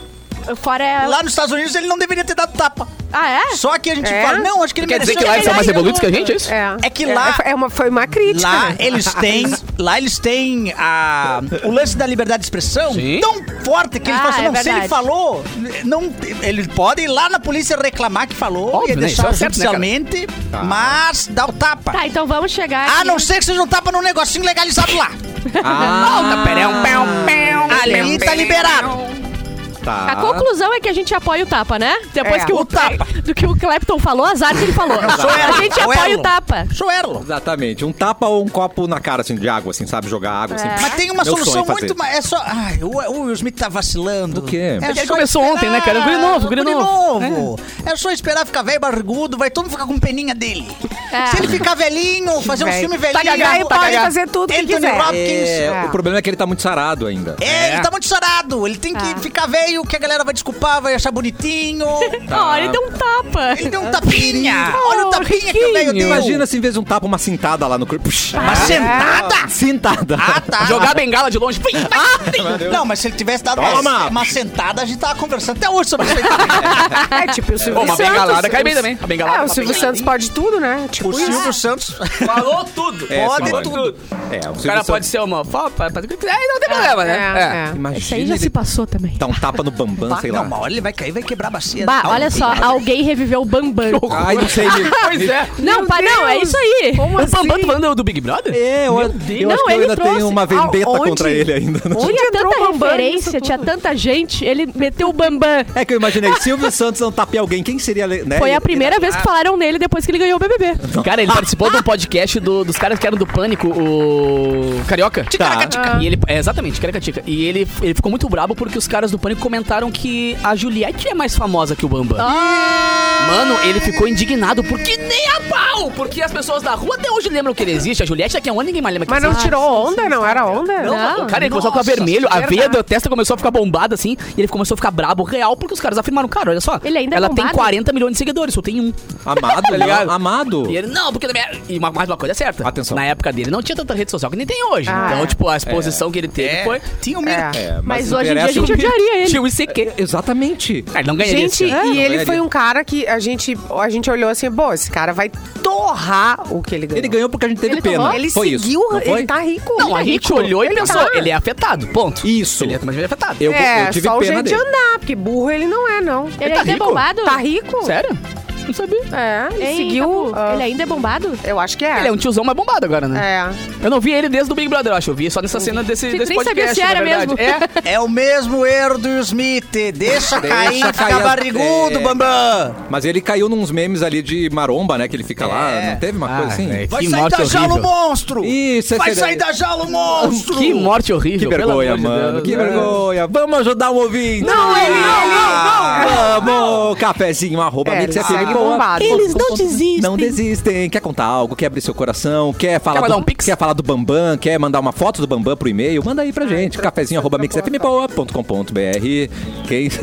S4: Fora é...
S2: Lá nos Estados Unidos ele não deveria ter dado tapa.
S4: Ah, é?
S2: Só que a gente
S5: É?
S2: fala, não, acho que ele
S3: Quer dizer que
S2: mereceu.
S3: lá eles são mais
S4: Melhor
S3: evoluídos que a
S4: jogador.
S3: gente, é isso?
S5: É.
S2: É que lá-
S5: é, é uma, foi uma crítica.
S2: Lá
S5: né?
S2: eles
S4: Ah,
S2: têm, lá eles têm a, o lance da liberdade de expressão
S3: Sim.
S2: tão forte que eles
S4: Ah,
S2: falam, assim,
S4: é
S2: não, se ele
S4: verdade.
S2: falou, não, eles podem ir lá na polícia reclamar que falou
S3: Óbvio,
S2: e
S3: né?
S2: deixar
S3: Isso é certo, né, cara?
S2: judicialmente, mas dá o tapa.
S4: Tá, então vamos chegar
S2: A
S4: aqui.
S2: não ser que seja um tapa num negocinho legalizado lá.
S1: Ah,
S5: um
S2: Ali tá liberado.
S1: tá.
S4: A conclusão é que a gente apoia o tapa, né? Depois
S5: É,
S4: que o,
S2: o tapa.
S4: do que o Clapton falou, azar que ele falou. a gente
S2: sou
S4: apoia
S2: ela.
S4: o tapa.
S2: Sou erlo.
S1: Exatamente. Um tapa ou um copo na cara, assim, de água, assim, sabe? Jogar água,
S5: É.
S1: assim.
S2: Mas tem uma
S1: Meu
S2: solução
S1: sonho fazer.
S2: muito mais. É só. Ai, o o Will Smith tá
S1: Do
S2: vacilando.
S1: quê?
S2: É
S3: Ele
S2: só
S3: começou ontem, né, cara? Um guri novo, um guri
S2: Um guri
S3: novo.
S2: novo. É. só esperar ficar velho, barrigudo, vai todo mundo ficar com peninha dele. Se ele ficar velhinho, fazer um
S5: velho.
S2: filme velhinho.
S5: É. Tá gaga, ele pode fazer tudo que
S2: Anthony
S5: quiser.
S2: Hopkins.
S1: É,
S5: É.
S1: O problema é que ele tá muito sarado ainda.
S2: É, ele tá muito sarado. Ele tem que
S4: Ah.
S2: ficar velho meio que a galera vai desculpar, vai achar bonitinho.
S3: Tá.
S4: Olha, ele deu um tapa.
S2: Ele deu um tapinha. Olha o
S4: Oh,
S2: tapinha que o velho deu.
S1: Imagina se em vez de um tapa, uma cintada lá no corpo. Puxa. Ah,
S2: Uma sentada.
S1: Cintada.
S2: Ah, tá.
S3: Jogar a bengala de longe.
S2: Não, mas se ele tivesse dado
S1: Toma.
S2: uma, uma sentada, a gente tava conversando até hoje sobre sentada.
S5: É tipo o Silvio
S3: Pô, uma
S5: Santos.
S3: bengalada cai bem também. A bengalada
S5: É, o
S3: tá
S5: Silvio
S3: bem.
S5: Santos pode tudo, né? Tipo
S2: O
S5: isso.
S2: Silvio Santos.
S3: Falou tudo.
S1: É,
S2: Pode
S1: Simone.
S2: tudo.
S1: É, o
S3: O cara
S1: Silvio
S3: pode
S1: Santos-
S3: ser uma fofa, faz o que quiser, não tem problema, né? É.
S5: É, é.
S1: Imagina
S4: Isso aí já
S1: ele
S4: se passou também.
S1: dar um tapa no Bambam, sei lá.
S2: Não, uma hora ele vai cair, vai quebrar a bacia.
S4: Bah,
S2: Não,
S4: olha
S2: tem
S4: só,
S2: nada.
S4: alguém reviveu o Bambam.
S1: Ai, não sei. me-
S3: Pois é.
S4: Não, pá, não, é isso aí.
S3: O Bambam tá falando do Big Brother?
S1: É, eu, eu acho
S4: Não,
S1: que eu
S4: ele
S1: ainda
S4: trouxe-
S1: tenho uma vendetta
S5: Aonde?
S1: contra ele ainda. né?
S4: Tinha
S5: entrou o
S4: tanta
S5: Bambam
S4: referência,
S5: nisso
S4: tinha
S5: tudo?
S4: tanta gente, ele meteu o Bambam.
S1: É que eu imaginei, Silvio Santos não tapear alguém, quem seria, né?
S4: Foi a primeira vez que falaram nele depois que ele ganhou o BBB.
S3: Cara, ele participou de um podcast do- dos caras que eram do Pânico, o Carioca. E ele, é, exatamente, Caricatica. E ele, ele ficou muito brabo porque os caras do Pânico comentaram que a Juliette é mais famosa que o Bamba. Mano, ele ficou indignado porque nem a pau! Porque as pessoas da rua até hoje lembram que ele existe. A Juliette daqui a um ano ninguém mais lembra que
S5: Mas não
S3: existe.
S5: tirou onda, não? Era onda? É.
S3: Não,
S4: Não,
S3: cara, ele começou a
S2: nossa,
S3: ficar vermelho, a
S5: verdade.
S3: veia da testa começou a ficar bombada assim, e ele começou a ficar brabo real, porque os caras afirmaram, cara, olha só,
S4: Ele ainda é
S3: ela tem
S4: bombado?
S3: 40 milhões de seguidores, só tem um.
S1: Amado,
S3: Tá ligado?
S1: amado.
S3: E ele, não, porque também. era- E uma, mais uma coisa é certa.
S1: Atenção.
S3: Na época dele não tinha tanta rede social que nem tem hoje.
S5: Ah,
S3: então,
S5: é.
S3: tipo, a exposição que ele teve
S2: É,
S3: foi.
S2: Tinha um medo.
S5: É.
S1: É,
S4: Mas
S1: não
S4: hoje em dia a
S1: interessa.
S4: gente odiaria ele.
S3: Tinha o ICQ.
S1: Exatamente.
S3: Ah, ele não ganharia
S5: Gente,
S3: esse ano.
S5: e ele
S1: velho.
S5: foi um cara que a gente, a gente olhou assim, pô, esse cara vai torrar o que ele ganhou.
S1: Ele ganhou porque a gente teve
S4: Ele
S1: pena.
S4: tomou?
S5: Ele
S1: foi
S5: seguiu,
S1: isso. não foi?
S5: ele tá rico.
S3: Não,
S5: ele
S3: a
S5: tá
S3: gente
S5: rico.
S3: olhou e
S5: Ele
S3: pensou,
S5: tá.
S3: ele é afetado, ponto.
S1: Isso.
S3: Ele é, mas ele é afetado.
S1: Eu,
S5: é,
S1: eu tive
S5: só o
S1: pena
S5: jeito de
S1: dele.
S5: andar, porque burro ele não é, não.
S4: Ele
S3: tá
S4: ainda
S3: rico?
S4: é bombado?
S5: Tá rico?
S3: Sério? Não sabia.
S5: É, ele
S4: Hein,
S5: seguiu.
S4: Capu?
S5: ah,
S4: Ele ainda é bombado?
S5: Eu acho que é.
S3: Ele é um tiozão mais bombado agora, né?
S5: É.
S3: Eu não vi ele desde o Big Brother, eu acho. Eu vi só nessa cena desse,
S4: Você
S3: desse
S4: nem sabia
S3: podcast.
S4: se era
S3: na verdade.
S4: mesmo.
S3: É.
S2: É o mesmo erro do Smith. Deixa cair,
S1: cair
S2: fica
S1: a-
S2: barrigudo,
S1: É.
S2: Bambam.
S1: Mas ele caiu nos memes ali de maromba, né? Que ele fica lá.
S2: É.
S1: Não teve uma coisa assim?
S3: é.
S2: Vai
S3: Que
S2: sair
S3: morte
S2: da jaula o
S3: horrível.
S2: monstro.
S1: Isso, esse
S2: Vai
S1: é-
S2: sair da jaula o monstro.
S3: um Que morte horrível.
S1: Que
S3: pelo
S1: vergonha,
S3: amor de
S1: mano.
S3: Deus.
S1: que
S3: É.
S1: vergonha. Vamos ajudar o ouvinte.
S5: Não, é. ele- ele-
S1: não, Vamos, cafezinho, arroba
S5: É,
S1: Mix
S5: ele
S1: FM,
S5: segue
S1: boa.
S5: bombado.
S4: Eles não desistem.
S1: Não desistem. Quer contar algo? Quer abrir seu coração? Quer falar,
S3: mandar
S1: do,
S3: um pix?
S1: quer falar do Bambam? Quer mandar uma foto do Bambam pro e-mail? Manda aí pra gente. cafezinho arroba mixfmboa.com.br Quem...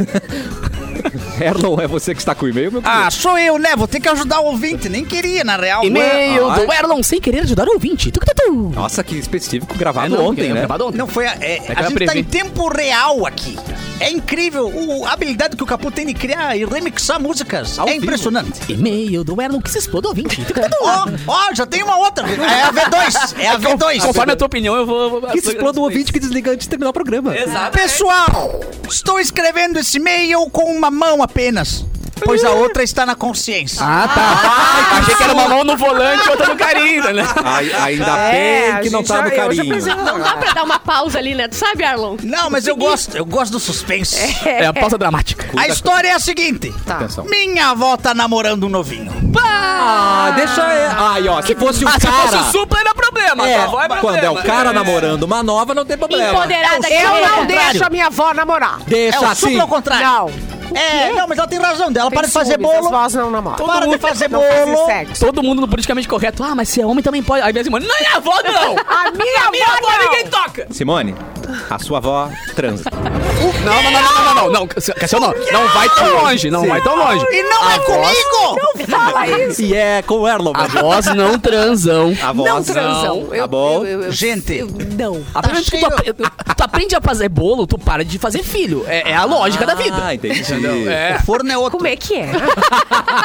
S1: Erlon, é você que está com o e-mail, meu
S2: Ah, sou eu, né? Vou ter que ajudar o ouvinte. Nem queria, na real. é-
S3: E-mail
S1: Ai.
S3: do Erlon sem querer ajudar o ouvinte. Tuc, tuc, tuc.
S1: Nossa, que específico gravado
S3: É, não, porque
S1: ontem, né?
S3: Gravado ontem.
S2: Não, foi. a- é,
S3: que
S2: a
S3: ela
S2: gente tá
S3: prevê.
S2: em tempo real aqui. É incrível o- a habilidade que o Capu tem de criar e remixar músicas. é impressionante.
S3: E-mail do Erlon que se exploda ouvinte. Tuc, tuc, tuc.
S2: Ó, ó, já tem uma outra. É a V2. É a V2.
S3: Conforme a tua opinião, eu vou. vou
S1: Que se exploda o ouvinte que desliga antes de terminar o programa.
S5: né?
S3: Exato.
S2: Pessoal, estou escrevendo esse e-mail com uma mão apenas, pois a outra está na consciência.
S3: Ah, tá. Achei que era uma mão no volante e outra no carinho, né?
S1: Ai- ainda
S5: É,
S1: bem
S5: a
S1: que não
S5: gente
S1: tá
S5: já-
S1: no
S5: eu já
S1: carinho.
S5: pensei-
S4: Não dá pra dar uma pausa ali, né? Tu sabe, Arlon?
S2: Não, mas eu gosto, eu gosto do suspense.
S3: É a pausa dramática.
S2: A história é a seguinte:
S5: Tá.
S1: Atenção.
S2: minha avó tá namorando um novinho.
S1: Ah, deixa... é- Ai, ó, se fosse o
S3: Ah, se
S1: cara...
S3: fosse o supla, era problema.
S1: É,
S3: Tua avó problema.
S1: quando é o cara namorando uma nova, não tem problema.
S4: Empoderada.
S5: Eu tá não
S4: guerreira.
S5: deixo a minha avó namorar.
S1: Deixa
S2: É o
S1: assim.
S2: supla ao contrário.
S5: Não.
S2: É, não, mas ela tem razão dela.
S5: Tem
S2: Para de fazer
S5: ciúmes, As
S2: bolo.
S5: vós não namoram.
S2: Para de
S3: mundo-
S2: fazer
S5: Não fazem
S2: bolo.
S5: sexo.
S3: Todo mundo no politicamente correto. Ah, mas se é homem também pode. Aí minha Simone, não é a avó, não.
S5: A minha,
S3: A minha avó
S5: Ah, não.
S3: ninguém toca.
S1: Simone, a sua avó transa.
S3: Não, não, não, não, não, não. não. Cassiano, não. Não vai tão longe. Não vai tão longe.
S2: E não é comigo!
S5: Fala isso.
S1: e é com o Erlon.
S3: A voz não transam.
S1: A voz
S5: Não transam.
S1: Tá bom.
S2: Gente,
S5: não.
S3: A partir do momento que tu, ap- tu aprende a fazer bolo, tu para de fazer filho. É, é a lógica da vida.
S1: Ah, entendi.
S3: É.
S2: o forno é outro.
S5: Como é que é?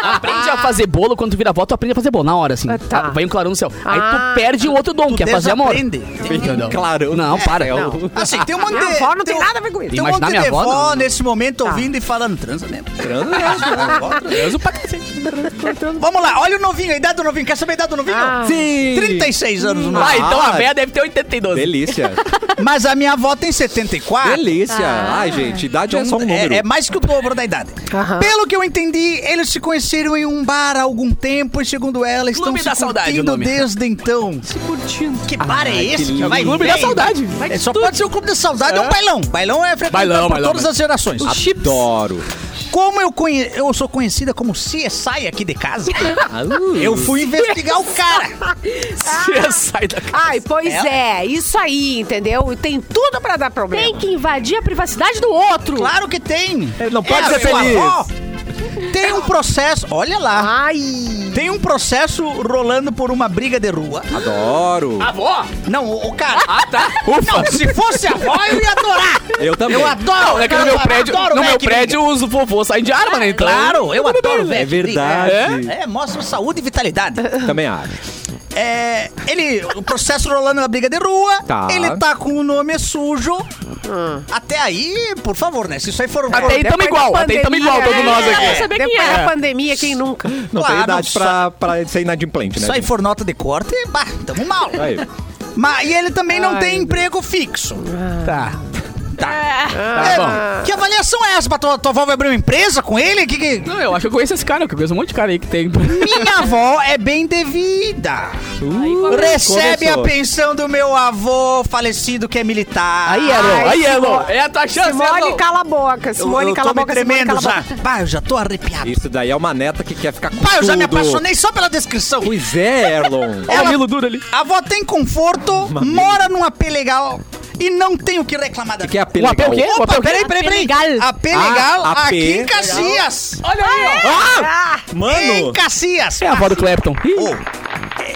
S3: Aprende a fazer bolo quando tu vira avó, tu aprende a fazer bolo na hora, assim.
S5: Ah, tá.
S3: Ah, Vai um clarão no céu.
S5: Ah,
S3: Aí tu perde o outro dom, que é fazer amor.
S2: Desaprende.
S3: Entendeu?
S1: Claro.
S3: Não, para.
S1: Não.
S2: Assim, tem um monte
S5: Minha
S2: de-
S5: avó não tem nada Tá. a ver com isso.
S2: Tem um monte
S3: Imaginar
S2: de
S3: minha avó,
S2: avó
S3: não, não.
S2: nesse momento ouvindo e falando, transa né?" mesmo.
S1: Transa mesmo.
S3: Transo pra cacete.
S2: Vamos lá, olha o novinho, a idade do novinho. Quer saber a idade do novinho?
S5: Ah.
S1: Sim.
S2: 36 anos o
S3: Ah,
S2: novinho.
S3: então a véia deve ter 82.
S1: Delícia.
S2: Mas a minha avó tem 74.
S1: Delícia. Ai, gente, idade Ah. é só um número.
S2: É, é mais que o dobro da idade.
S5: Aham.
S2: Pelo que eu entendi, eles se conheceram em um bar há algum tempo e, segundo ela, estão
S3: Clube
S2: se
S3: da Saudade,
S2: curtindo
S3: o nome.
S2: desde então.
S5: Se curtindo.
S2: Que bar é esse?
S1: lindo.
S2: vai
S3: Clube da
S2: bem?
S3: saudade.
S2: É, só pode ser o clube da saudade ou um bailão. Bailão é frequentado
S3: Bailão,
S2: por
S3: bailão,
S2: todas
S3: bailão.
S2: as gerações.
S1: Adoro.
S2: como eu, conhe... eu sou conhecida como CSI aqui de casa, eu fui investigar o cara.
S1: Ah.
S3: Sai da casa.
S5: Ai, pois é, isso aí, entendeu? Tem tudo pra dar problema.
S4: Tem que invadir a privacidade do outro.
S2: Claro que tem.
S1: Ele não pode
S2: a
S1: ser
S2: sua
S1: feliz.
S2: avó. Tem um processo, olha lá.
S5: Ai.
S2: Tem um processo rolando por uma briga de rua.
S1: Adoro.
S6: Avó?
S2: Não, o o cara.
S6: Ah, tá.
S2: Não, se fosse a avó, eu ia adorar.
S1: Eu também.
S2: Eu adoro.
S3: Não, é que no meu
S2: eu
S3: prédio,
S2: adoro
S3: no meu
S2: velho que
S3: prédio os vovôs saem de arma, né?
S2: briga.
S3: Então,
S2: Claro, eu adoro velho. que briga.
S1: verdade.
S2: É, é, mostra saúde e vitalidade.
S1: Também acho.
S2: É, ele, o processo rolando na briga de rua,
S1: Tá.
S2: ele tá com o nome sujo. Até aí, por favor, né? Se isso aí for...
S3: Até aí
S5: Depois
S3: tamo
S5: da
S3: igual, até aí tamo
S5: pandemia,
S3: igual, todos
S5: né?
S3: nós
S4: É,
S3: aqui.
S4: saber quem
S5: Depois
S4: é.
S5: da pandemia, quem nunca?
S1: Não
S2: Claro,
S1: tem idade
S2: só-
S1: pra, pra ser inadimplente, né?
S2: Isso aí
S1: gente?
S2: for nota de corte, bah, tamo mal.
S1: Aí.
S2: Mas e ele também não
S5: Ai,
S2: tem
S5: meu
S2: emprego fixo.
S3: Tá.
S1: Tá
S2: É, Que avaliação é essa? pra Tua, tua avó vai abrir uma empresa com ele? Que, que-
S3: Não, eu acho que eu conheço esse cara, que eu conheço um monte de cara aí que tem.
S2: Minha avó é bem devida.
S1: Uh,
S2: Recebe
S1: começou.
S2: a pensão do meu avô falecido que é militar.
S3: Aí, Elon, aí,
S5: Simone.
S3: Elon, é a tua chance,
S5: Simone,
S3: Elon.
S5: cala a boca.
S2: Eu-
S5: Simone,
S2: eu
S5: cala a
S2: tô me
S5: boca. Simone,
S2: tremendo
S5: cala a
S2: já.
S5: boca.
S2: Bah, assim. eu já tô arrepiado.
S1: Isso daí é uma neta que quer ficar com
S2: Bah, eu já me
S1: tudo.
S2: apaixonei só pela descrição.
S1: Pois é, Erlon.
S3: Olha
S2: Ela-
S3: o Milo duro ali.
S2: A avó tem conforto, mora num AP legal e não tem o que reclamar da
S1: Que é
S2: vida.
S1: apê
S3: Um apê
S1: legal.
S3: o quê? Um apê
S2: Opa,
S3: o quê?
S2: peraí, peraí, peraí.
S4: Legal.
S2: AP legal
S1: Ah, AP.
S2: aqui em Caxias.
S3: Olha aí, ó.
S1: Ah! Mano!
S2: Em Caxias.
S3: É a avó do Clapton. Ih,
S5: Hum.
S2: Ô, é,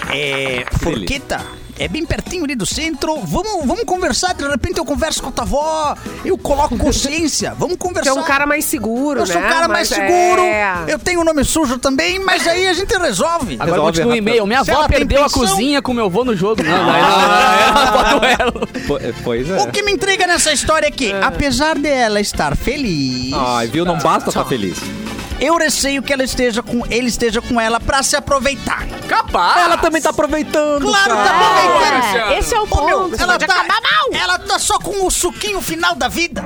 S2: é, Forqueta, é bem pertinho ali do centro. Vamos, vamos conversar. De repente eu converso com a tua avó. Eu coloco consciência. Vamos
S5: Você é
S2: conversar.
S5: um cara mais seguro,
S2: eu
S5: né?
S2: sou um cara mais
S5: Mas
S2: seguro.
S5: é.
S2: Eu tenho o nome sujo também, mas aí a gente resolve.
S1: Agora
S3: Agora
S1: Resolve,
S3: continua o
S1: Rafa.
S3: e-mail. Minha
S2: Se
S3: avó
S2: ela tem Ah,
S3: perdeu a
S2: pensão-
S3: cozinha com meu avô no jogo. Não, não, é não, não, não,
S2: é.
S3: não, não, não.
S1: Po- Pois é.
S2: Ah! O que me intriga nessa história é que,
S5: Ah.
S2: apesar dela estar feliz,
S1: Ai, viu? Não basta estar feliz.
S2: eu receio que ela esteja com ele esteja com ela pra se aproveitar.
S6: Capaz.
S1: Ela também tá aproveitando.
S2: Claro,
S1: cara.
S2: tá aproveitando.
S4: É, esse é o
S2: Ô,
S4: ponto.
S2: meu, ela
S4: Pode
S2: tá,
S4: acabar mal.
S2: ela tá só com o suquinho final da vida.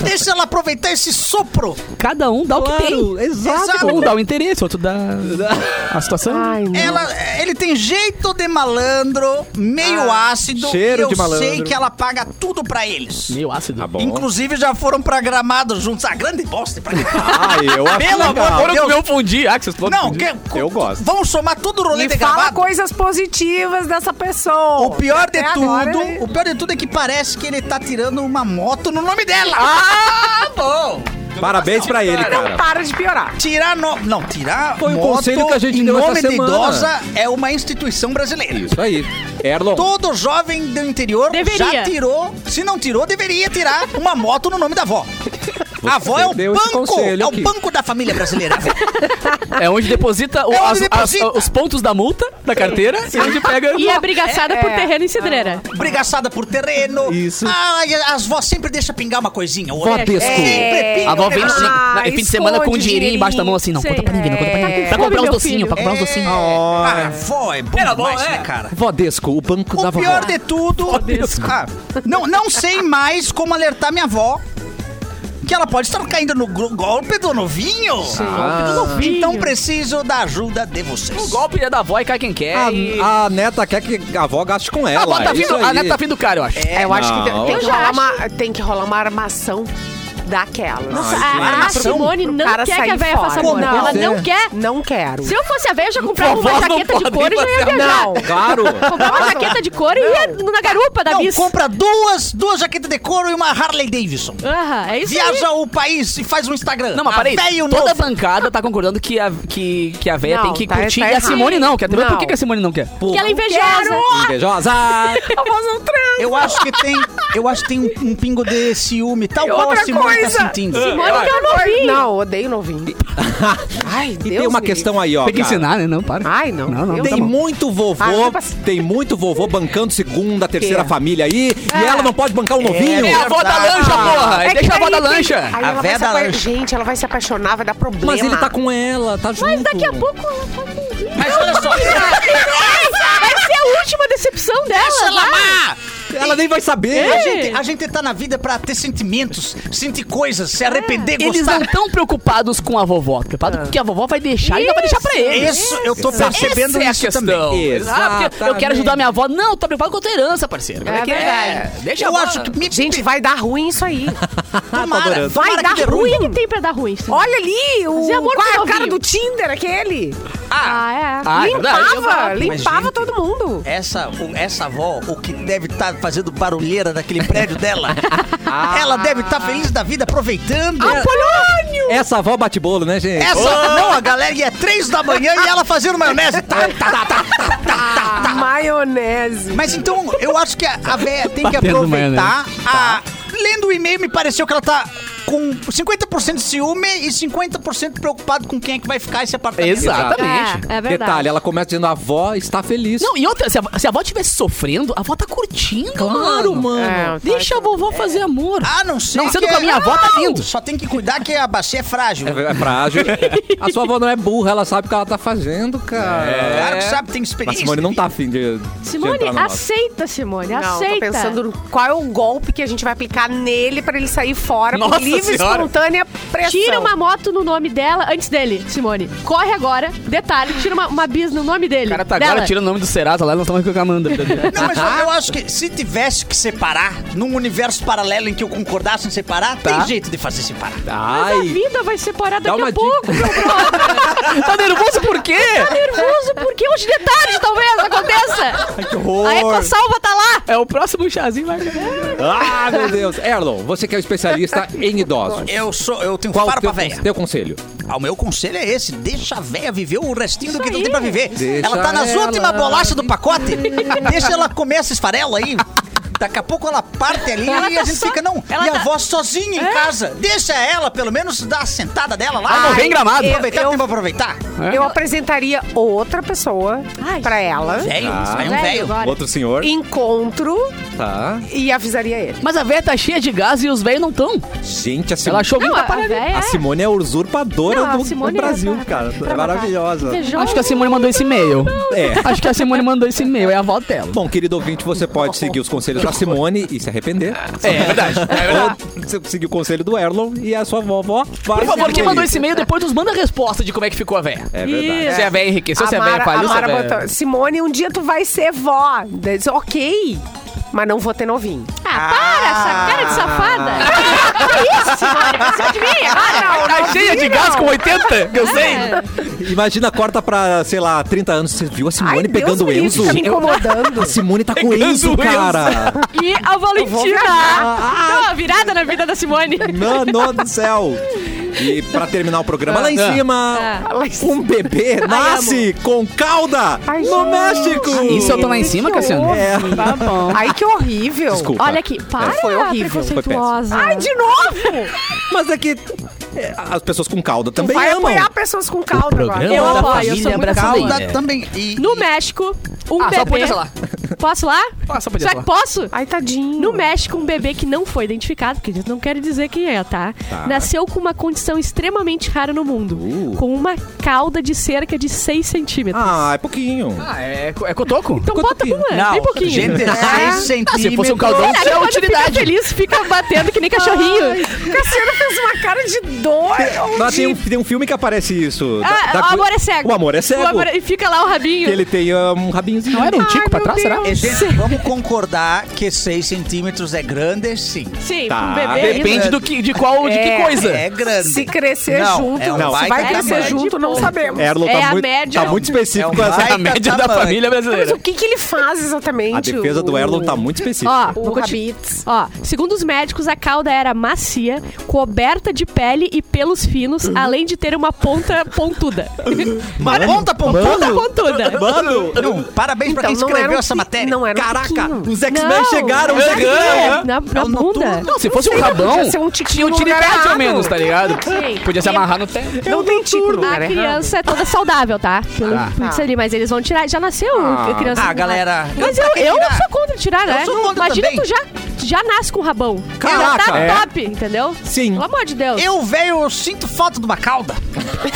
S2: Deixa ela aproveitar esse sopro.
S3: Cada um dá o que tem.
S2: exato.
S3: Um dá o interesse, outro dá a situação.
S5: Ai, não.
S2: Ela, ele tem jeito de malandro, meio ácido.
S1: cheiro
S2: e eu
S1: de malandro.
S2: sei que ela paga tudo pra eles.
S3: Meio ácido.
S1: Tá bom.
S2: Inclusive já foram pra Gramado juntos. Ah, grande bosta pra mim.
S1: Ai, eu acho
S2: Pelo amor
S1: legal.
S2: de
S3: Foram
S2: Deus.
S3: comer um fundi. Ah, que vocês falaram
S2: Não,
S3: fundi.
S2: que,
S1: Eu gosto.
S2: Vamos somar todo o rolê
S5: Me
S2: de
S5: fala
S2: Gramado.
S5: coisas positivas dessa pessoa.
S2: O pior de
S5: Até agora,
S2: tudo,
S5: ele-
S2: o pior de tudo é que parece que ele tá tirando uma moto no nome dela. Ah, bom.
S1: Parabéns
S2: um
S1: pra ele,
S5: Não
S1: cara.
S5: para de piorar.
S2: Tirar no... Não, tirar
S1: Foi um
S2: moto
S1: conselho que a gente
S2: em
S1: deu essa
S2: nome de
S1: semana.
S2: idosa é uma instituição brasileira.
S1: Isso aí. Erlon.
S2: Todo jovem do interior já
S4: Deveria.
S2: tirou, se não tirou, deveria tirar uma moto no nome da avó. a avó é o
S1: deu esse
S2: banco,
S1: conselho
S2: é o
S1: aqui.
S2: banco da família brasileira.
S3: É onde deposita, o-
S2: Ah, É onde
S3: as- as-
S2: deposita.
S3: os pontos da multa da carteira e onde pega.
S4: E é brigaçada por
S5: É.
S4: terreno e cidreira.
S2: Brigaçada por terreno.
S1: Isso.
S2: Ah, e as vós sempre deixam pingar uma coisinha. Vó
S1: Vó Desco.
S2: É,
S3: A avó vem assim,
S5: Ah,
S3: na- fim de semana com um
S5: esconde
S3: dinheirinho embaixo da mão assim, não,
S4: Sei.
S3: conta pra ninguém, não conta pra
S5: É.
S3: ninguém. Pra
S4: Come,
S3: comprar uns
S4: meu
S3: docinhos,
S4: filho.
S3: pra
S2: É.
S3: comprar uns
S1: assim.
S3: docinhos.
S2: Ah, vó é bom
S6: Era bom,
S2: demais,
S6: é.
S2: né, cara?
S1: Vodesco, o banco da
S2: O
S1: vovó.
S2: pior de tudo. Ah, não, não sei mais como alertar minha avó. Que ela pode estar caindo no gro- golpe do novinho.
S1: Ah,
S2: Então preciso da ajuda de
S3: O
S2: vocês.
S3: golpe é da avó e cai quem quer.
S2: Ah,
S3: e-
S1: a, a neta quer que a avó gaste com
S3: A
S1: ela.
S3: avó tá
S1: é
S3: vindo-
S1: isso
S3: a
S1: aí.
S3: neta tá vindo do cara, eu acho.
S5: É, eu acho que
S1: Não,
S5: tem, tem
S4: eu
S5: que
S4: já
S5: rolar
S4: acho.
S5: uma, tem que rolar uma armação daquelas.
S1: Nossa,
S4: A-
S1: Ai,
S4: A,
S1: gente.
S4: Simone
S5: Pro
S4: não
S5: cara
S4: quer que a
S5: sair
S4: velha faça
S5: fora.
S4: amor.
S5: Não.
S4: Ela não
S1: Pois é.
S4: quer.
S5: Não quero.
S4: Se eu fosse a velha, eu já comprava
S3: Vovós
S4: uma
S3: não
S4: jaqueta de
S3: podem
S4: couro e já ia
S3: fazer
S4: viajar.
S5: Não.
S1: Claro.
S4: Comprar uma jaqueta de couro e ia na garupa da
S2: Não,
S4: bis.
S2: compra duas, duas jaquetas de couro e uma Harley Davidson.
S4: Aham, é isso aí.
S2: Viaja o país e faz um Instagram.
S3: Não, mas
S2: A
S3: peraí,
S2: véio
S3: toda
S2: novo.
S3: bancada tá concordando que a, que, que a véia
S5: Não,
S3: tem que
S5: tá-
S3: curtir
S5: tá
S3: e a
S5: errado.
S3: Simone não quer. Também
S5: Não.
S3: por que, que a Simone não quer?
S4: Que ela é invejosa.
S1: Invejosa.
S5: Eu vou fazer um tranco.
S2: Eu acho que tem, eu acho que tem um, um pingo de ciúme, tal qual a
S5: outra
S2: Simone
S5: coisa.
S2: tá sentindo.
S3: Ah.
S4: Simone que é um novinho.
S5: Não, odeio novinho. Ai,
S1: E
S5: Deus
S1: tem uma
S5: me
S1: questão aí, ó.
S3: Tem que
S1: cara.
S3: ensinar, né? Não, para.
S5: Ai, não.
S3: Não, não,
S5: Deus
S3: tá
S1: Tem
S3: bom.
S1: muito vovô,
S5: Ah, não passa-
S1: tem muito vovô bancando segunda, terceira
S5: Que?
S1: família aí, e ela não pode bancar um novinho.
S3: É a avó da lancha, porra!
S5: É que
S3: Deixa a avó da
S5: daí tem-
S3: lancha!
S5: Aí
S2: A
S5: ela vai
S2: véia
S5: se
S2: da
S5: apa-
S2: lancha.
S5: Gente, ela vai se apaixonar, vai dar problema.
S1: Mas ele tá com ela, tá junto.
S4: Mas daqui a pouco ela tá com-
S2: Mas olha só,
S4: Vai ser é a última decepção dela.
S2: deixa ela
S4: vai.
S3: Ah.
S2: amar.
S1: Ela nem vai
S3: É,
S1: saber.
S2: A gente, a gente tá na vida pra ter sentimentos, sentir coisas, se arrepender,
S3: Eles
S2: gostar.
S3: não estão preocupados com a vovó. Preocupados com o que a vovó vai deixar e não vai deixar pra eles.
S2: Isso, eu tô percebendo
S3: Essa é a
S2: isso
S3: questão.
S2: também.
S3: Ah, porque eu quero ajudar minha avó. Não, tô preocupado com a tua herança, parceiro. Como
S5: É
S3: que
S5: verdade.
S3: Deixa
S2: Eu
S3: a avó-
S2: acho que me
S5: Gente, vai dar ruim isso aí.
S2: tomara,
S1: adorando.
S2: tomara
S5: Vai
S2: que
S5: dar
S2: dê
S5: ruim.
S4: O que tem pra dar ruim? Sim.
S5: Olha ali, o,
S4: Fazer amor
S5: qual é
S4: com
S5: o cara do
S4: novinho.
S5: Tinder, aquele?
S4: Ah, é.
S3: Ah, é verdade.
S5: limpava,
S2: Mas,
S5: limpava
S2: gente,
S5: todo mundo.
S2: Essa, o- essa avó, o que deve estar fazendo barulheira naquele prédio dela, ela deve estar feliz da vida aproveitando.
S3: Ah,
S5: Apolônio!
S1: Essa avó bate bolo, né, gente?
S2: Essa, não, a galera ia três da manhã e ela fazendo maionese. Tá, tá, tá, tá, tá,
S4: Ah.
S2: tá, tá.
S5: Maionese.
S2: Mas então, eu acho que a, a véia tem que
S3: Batendo
S2: aproveitar a... Lendo o e-mail, me pareceu que ela tá com 50% de ciúme e 50% preocupado com quem é que vai ficar esse apartamento.
S3: Exato. Exatamente.
S4: É, é verdade.
S1: Detalhe, ela começa dizendo, a avó está feliz.
S3: Não, e outra, se a, se a avó estivesse sofrendo, a avó tá curtindo,
S1: Claro, mano.
S5: É,
S3: Deixa a vovó fazer amor.
S2: Ah, não sei.
S3: Não, sendo
S2: que
S3: com a minha avó, tá lindo.
S2: Só tem que cuidar que a bacia é frágil.
S1: É, é frágil. a sua avó não é burra, ela sabe o que ela tá fazendo, cara.
S2: Claro que sabe, tem
S1: Mas
S2: experiência.
S1: Simone não tá afim de, de
S4: Simone,
S1: entrar no nosso.
S4: aceita, Simone.
S5: Não, tô
S4: aceita.
S5: pensando no- qual é o golpe que a gente vai aplicar nele pra ele sair fora
S3: Nossa
S5: por livre,
S3: Senhora.
S5: espontânea pressão.
S4: Tira uma moto no nome dela antes dele, Simone. Corre agora, detalhe, tira uma, uma bis no nome dele.
S3: O cara tá
S4: dela.
S3: agora tirando o nome do Serasa lá, nós estamos com a Amanda. tá
S2: Não, mas eu, eu acho que se tivesse que separar, num universo paralelo em que eu concordasse em separar,
S3: Tá.
S2: tem jeito de fazer separar.
S4: ah, Mas a
S1: Ai,
S4: vida vai separar
S1: Dá
S4: daqui
S1: uma
S4: a pouco, meu brother.
S3: tá nervoso por quê?
S4: Tá nervoso porque hoje de tarde talvez aconteça. Que horror. A Ecosalva tá lá.
S3: É o próximo chazinho vai.
S1: ah, meu Deus. Erlon, você que é um especialista em idosos.
S2: Eu sou, eu tenho
S1: Qual
S2: faro
S1: o
S2: pra
S1: teu,
S2: véia.
S1: con- teu conselho?
S2: Ah, o meu conselho é esse: deixa a véia viver o restinho do que tu
S4: aí.
S2: tem pra viver.
S1: Deixa
S2: ela tá nas
S1: ela.
S2: últimas bolachas do pacote, deixa ela comer essa esfarela aí. Daqui a pouco ela parte ali
S4: Ela
S2: e a
S4: tá
S2: gente
S4: só-
S2: fica, não,
S4: ela
S2: e a
S4: tá-
S2: avó sozinha em casa. Deixa ela, pelo menos, dar a sentada dela lá.
S3: Ah, não, vem gramado.
S2: Aproveitar que tem pra aproveitar.
S3: É?
S5: Eu apresentaria outra pessoa
S4: Ai.
S5: pra ela.
S2: Velho,
S3: Ah.
S2: isso aí é um
S4: Velho,
S2: velho.
S4: agora.
S1: Outro senhor.
S5: Encontro
S1: Tá.
S5: e avisaria ele.
S3: Mas a véia tá cheia de gás e os velhos não estão.
S1: Gente, a
S3: Ela
S1: Simone,
S3: achou
S4: Não,
S3: muito
S4: a véia é.
S1: a Simone é a usurpadora
S4: Não, a
S1: do,
S4: Simone
S1: do Brasil,
S4: é-
S1: cara.
S4: pra
S1: É
S4: matar.
S1: maravilhosa.
S4: Invejosa.
S3: Acho que a Simone mandou esse e-mail.
S1: É.
S3: Acho que a Simone mandou esse e-mail, é a avó dela.
S1: Bom, querido ouvinte, você pode seguir os conselhos da Simone e se arrepender.
S3: É verdade.
S4: Ah.
S1: Ou você seguir o conselho do Erlon e a sua vovó vai
S3: Por favor,
S1: seguir
S3: quem
S1: ele.
S3: mandou esse e-mail, depois nos manda a resposta de como é que ficou a véia.
S1: É verdade.
S4: Isso.
S3: Se a véia enriqueceu, se a
S5: A
S3: véia
S5: Mara-
S3: faliu,
S5: a
S3: se a
S5: Mara
S3: véia...
S5: botou, Simone, um dia tu vai ser vó. Daí Diz, ok, mas não vou ter novinho.
S4: Ah, para, essa cara de safada. que isso, Simone? Pra cima de mim agora.
S3: Tá cheia de gás com 80, que eu sei.
S4: É.
S1: Imagina, corta pra, sei lá, 30 anos. Você viu a Simone
S5: Ai, Deus
S1: pegando o
S5: me livre,
S1: Enzo?
S5: Tá me incomodando.
S1: A Simone tá com o
S3: Pegando o
S1: Enzo,
S3: Enzo.
S1: cara.
S4: E a Valentina. Deu uma virada na vida da Simone.
S1: Mano do céu. E pra terminar o programa, lá em
S3: Ah.
S1: cima,
S4: Ah.
S5: Lá em cima.
S1: um bebê nasce com cauda
S5: Ai,
S1: no
S5: gente.
S1: México.
S3: Ah, Isso É. eu tô lá em cima,
S5: que
S3: Cassiano?
S5: horror.
S1: É.
S3: Tá bom.
S5: Ai, que horrível.
S1: Desculpa.
S4: Olha
S3: É,
S4: aqui, para,
S5: Foi horrível.
S4: preconceituosa.
S5: Ai, de novo!
S1: Mas é que é, as pessoas com cauda também
S5: Vai
S1: amam.
S5: apoiar pessoas com caldo agora.
S4: Eu apoio,
S3: da
S4: eu
S3: família
S4: sou muito
S3: brasileira.
S2: Dá também. E,
S4: No México, um
S3: Ah,
S4: bebê...
S3: só podia falar.
S4: Posso lá?
S3: Ah, só podia
S4: Será
S3: falar.
S4: que posso?
S5: Ai, tadinho.
S4: No México, um bebê que não foi identificado, porque eles não querem dizer quem é, tá? Nasceu com uma condição extremamente rara no mundo.
S1: Uh.
S4: Com uma cauda de cerca de 6 centímetros.
S1: Ah, é pouquinho.
S3: Ah, é, é cotoco?
S4: então
S1: quanto
S4: bota
S1: que-
S4: uma,
S2: Não,
S4: bem pouquinho.
S2: Gente,
S4: Será
S2: seis
S3: Ah,
S2: centímetros.
S3: se fosse um caldão,
S4: que
S3: tinha
S4: quando fica
S3: utilidade.
S4: feliz, fica batendo que nem
S1: Ah,
S4: cachorrinho.
S1: então
S5: Cassiano fez uma cara de dor.
S1: Mas tem, um, tem um filme que aparece isso. da-
S4: Ah,
S1: tá. da
S4: o
S1: cu-
S4: amor é cego.
S1: O amor é cego.
S4: O amor é- E fica lá o rabinho.
S1: Que ele tem ah, um rabinhozinho.
S3: Não era um tico
S5: Ai,
S3: pra
S5: meu
S3: trás, será?
S5: Deus.
S2: E, gente, vamos concordar que 6 centímetros é grande, sim.
S4: Sim,
S1: Tá,
S4: um bebê. ainda.
S3: Depende do que, de qual, de que
S5: É,
S3: coisa.
S2: É grande.
S5: Se crescer
S2: Não,
S5: junto,
S2: é um
S5: se
S1: baita
S5: vai crescer
S2: tamanho.
S5: junto, não
S4: Tipo,
S5: sabemos.
S1: Erlon
S4: É
S1: tá,
S4: a
S1: muito,
S4: média.
S1: tá muito específico
S2: É um
S1: com essa.
S2: baita
S3: A média da
S2: tamanho.
S3: família
S5: Mas
S3: brasileira.
S5: o que, que ele faz exatamente?
S1: A defesa do
S5: O-
S1: Erlon tá muito específica.
S4: Ó,
S5: O
S4: vou conti-
S5: Rabitz.
S4: Ó, segundo os médicos, a cauda era macia, coberta de pele e pelos finos,
S1: Hum.
S4: além de ter uma ponta pontuda.
S2: Mas é ponta
S1: é
S2: pontuda.
S4: Ponta pontuda.
S1: Mano,
S2: Não, parabéns pra quem
S5: Então, não
S2: escreveu
S5: era um
S2: essa
S5: pi-
S2: matéria.
S5: Não era um
S1: caraca,
S5: piquinho.
S1: os X-Men
S4: Não,
S1: chegaram
S4: não é
S1: chegando. né?
S4: Na, na
S2: no
S4: bunda.
S3: Não, se fosse um
S5: sei,
S3: rabão,
S5: podia ser um tiquinho
S3: tinha utilidade ao
S5: agarrado.
S3: menos, tá ligado?
S4: Sim.
S3: Podia se amarrar no pé.
S5: Não tem um né? tico no lugar
S4: A
S5: errado.
S4: criança é toda saudável, tá? Pelo
S3: Tá.
S4: putz ali, mas eles vão tirar. Já nasceu a criança.
S2: ah, galera,
S4: Mas
S2: eu
S4: eu,
S2: não quero
S4: eu
S2: tirar.
S4: sou contra tirar, né?
S2: Eu sou contra
S4: Imagina
S2: também.
S4: tu já já nasce com rabão.
S1: Caraca,
S4: já tá
S1: é.
S4: top, entendeu?
S1: Sim.
S4: Pelo amor de Deus.
S2: Eu, velho, eu sinto falta de uma cauda.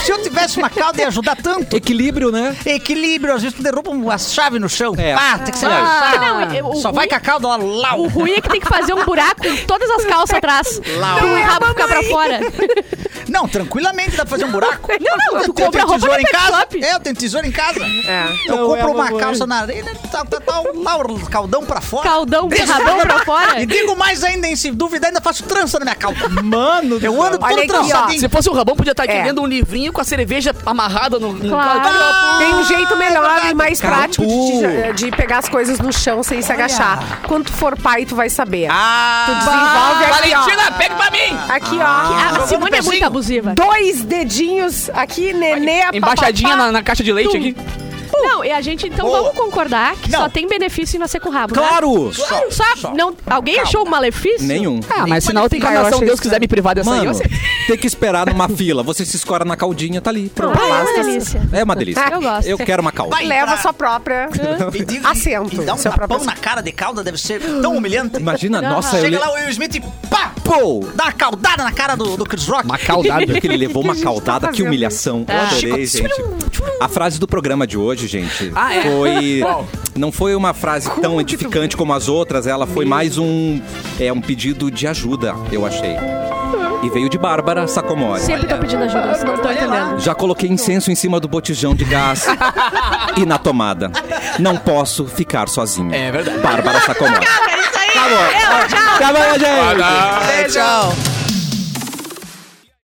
S2: Se eu tivesse uma cauda, ia ajudar tanto.
S1: Equilíbrio, né?
S2: Equilíbrio, às vezes tu derruba uma chave no chão.
S1: É.
S2: Ah, tem que ser
S3: Ah.
S2: ah.
S4: Tá. Não, eu- o
S2: Só vai
S4: ruim-
S2: com a cauda lá. lá.
S4: O ruim é que tem que fazer um buraco em todas as calças atrás. Pra o rabo ficar pra fora.
S2: Não, tranquilamente dá pra fazer um buraco.
S4: Não, não, tu
S2: Eu tenho
S4: compra roupa
S2: tesoura
S4: no
S2: em
S4: Pet
S2: casa.
S4: Shop.
S2: É, eu tenho tesoura em casa.
S5: É.
S2: Eu
S1: Não é
S2: compro
S1: a
S2: uma
S1: mamãe.
S2: calça na areia, tá, tá, tá, lá o caldão pra fora.
S4: Caldão com rabão pra fora.
S2: E digo mais ainda, hein, se duvidar, ainda faço trança na minha calça.
S1: Mano,
S2: Eu
S5: Olha
S2: ando todo
S5: aqui, ó.
S2: trançadinho.
S3: Se fosse o Rabão, podia estar aqui
S5: É.
S3: lendo um livrinho com a cerveja amarrada no... no
S4: Claro.
S5: Tem um jeito melhor e mais
S1: Capu.
S5: prático de, te- de pegar as coisas no chão sem se agachar. Quando tu for pai, tu vai saber. tu
S2: Ah,
S5: desenvolve aqui,
S6: Valentina, pega pra mim!
S5: ó. Aqui, ó.
S4: A Simone é muito
S2: pezinho.
S4: abusiva.
S5: Dois dedinhos aqui, nenê. papapá.
S3: Embaixadinha na, na caixa de leite
S4: Tum.
S3: aqui.
S4: Não, e a gente, então,
S2: Boa.
S4: vamos concordar que
S2: Não.
S4: só tem benefício em nascer com rabo, né?
S1: Claro!
S4: Claro, só, não, alguém achou um malefício?
S1: Nenhum.
S3: Ah, mas se na
S5: Ah, eu
S3: outra encarnação
S5: achei
S3: Deus
S5: isso,
S3: quiser
S5: né?
S3: me privar dessa aí, eu
S1: Mano,
S3: aceito.
S1: tem que esperar numa fila. Você se escora na caldinha, tá ali. Pronto.
S4: Ah, é uma
S5: Basta.
S4: delícia.
S1: É uma delícia.
S4: Eu gosto.
S1: Eu quero uma calda.
S2: Vai.
S5: Leva sua própria.
S2: E digo-
S5: Assento.
S2: E, e dá um
S5: Seu
S2: tapão
S5: próprio-
S2: na cara de calda, deve ser tão humilhante.
S1: Imagina,
S4: Não.
S1: nossa, eu
S2: Chega
S1: le...
S2: lá o Will Smith e pá!
S1: Pô!
S2: Dá uma caldada na cara do, do Chris Rock.
S3: Uma caudada.
S1: Que ele levou uma
S5: gente tá
S1: caldada, que
S5: fazendo Tá.
S1: humilhação. Eu adorei, gente. A frase do programa de hoje, gente,
S3: um, Ah, é?
S1: foi.
S3: Qual?
S1: Não foi uma frase tão edificante como as outras, ela foi mais um. É um pedido de ajuda, eu achei. E veio de Bárbara Sacomori.
S4: Sempre tô pedindo ajuda, vocês não tô entendendo.
S1: Já coloquei incenso em cima do botijão de gás e na tomada. Não posso ficar sozinha. Tá É verdade. Bárbara Sacomori. Acabou. Acabou, Tá gente.
S2: Tchau.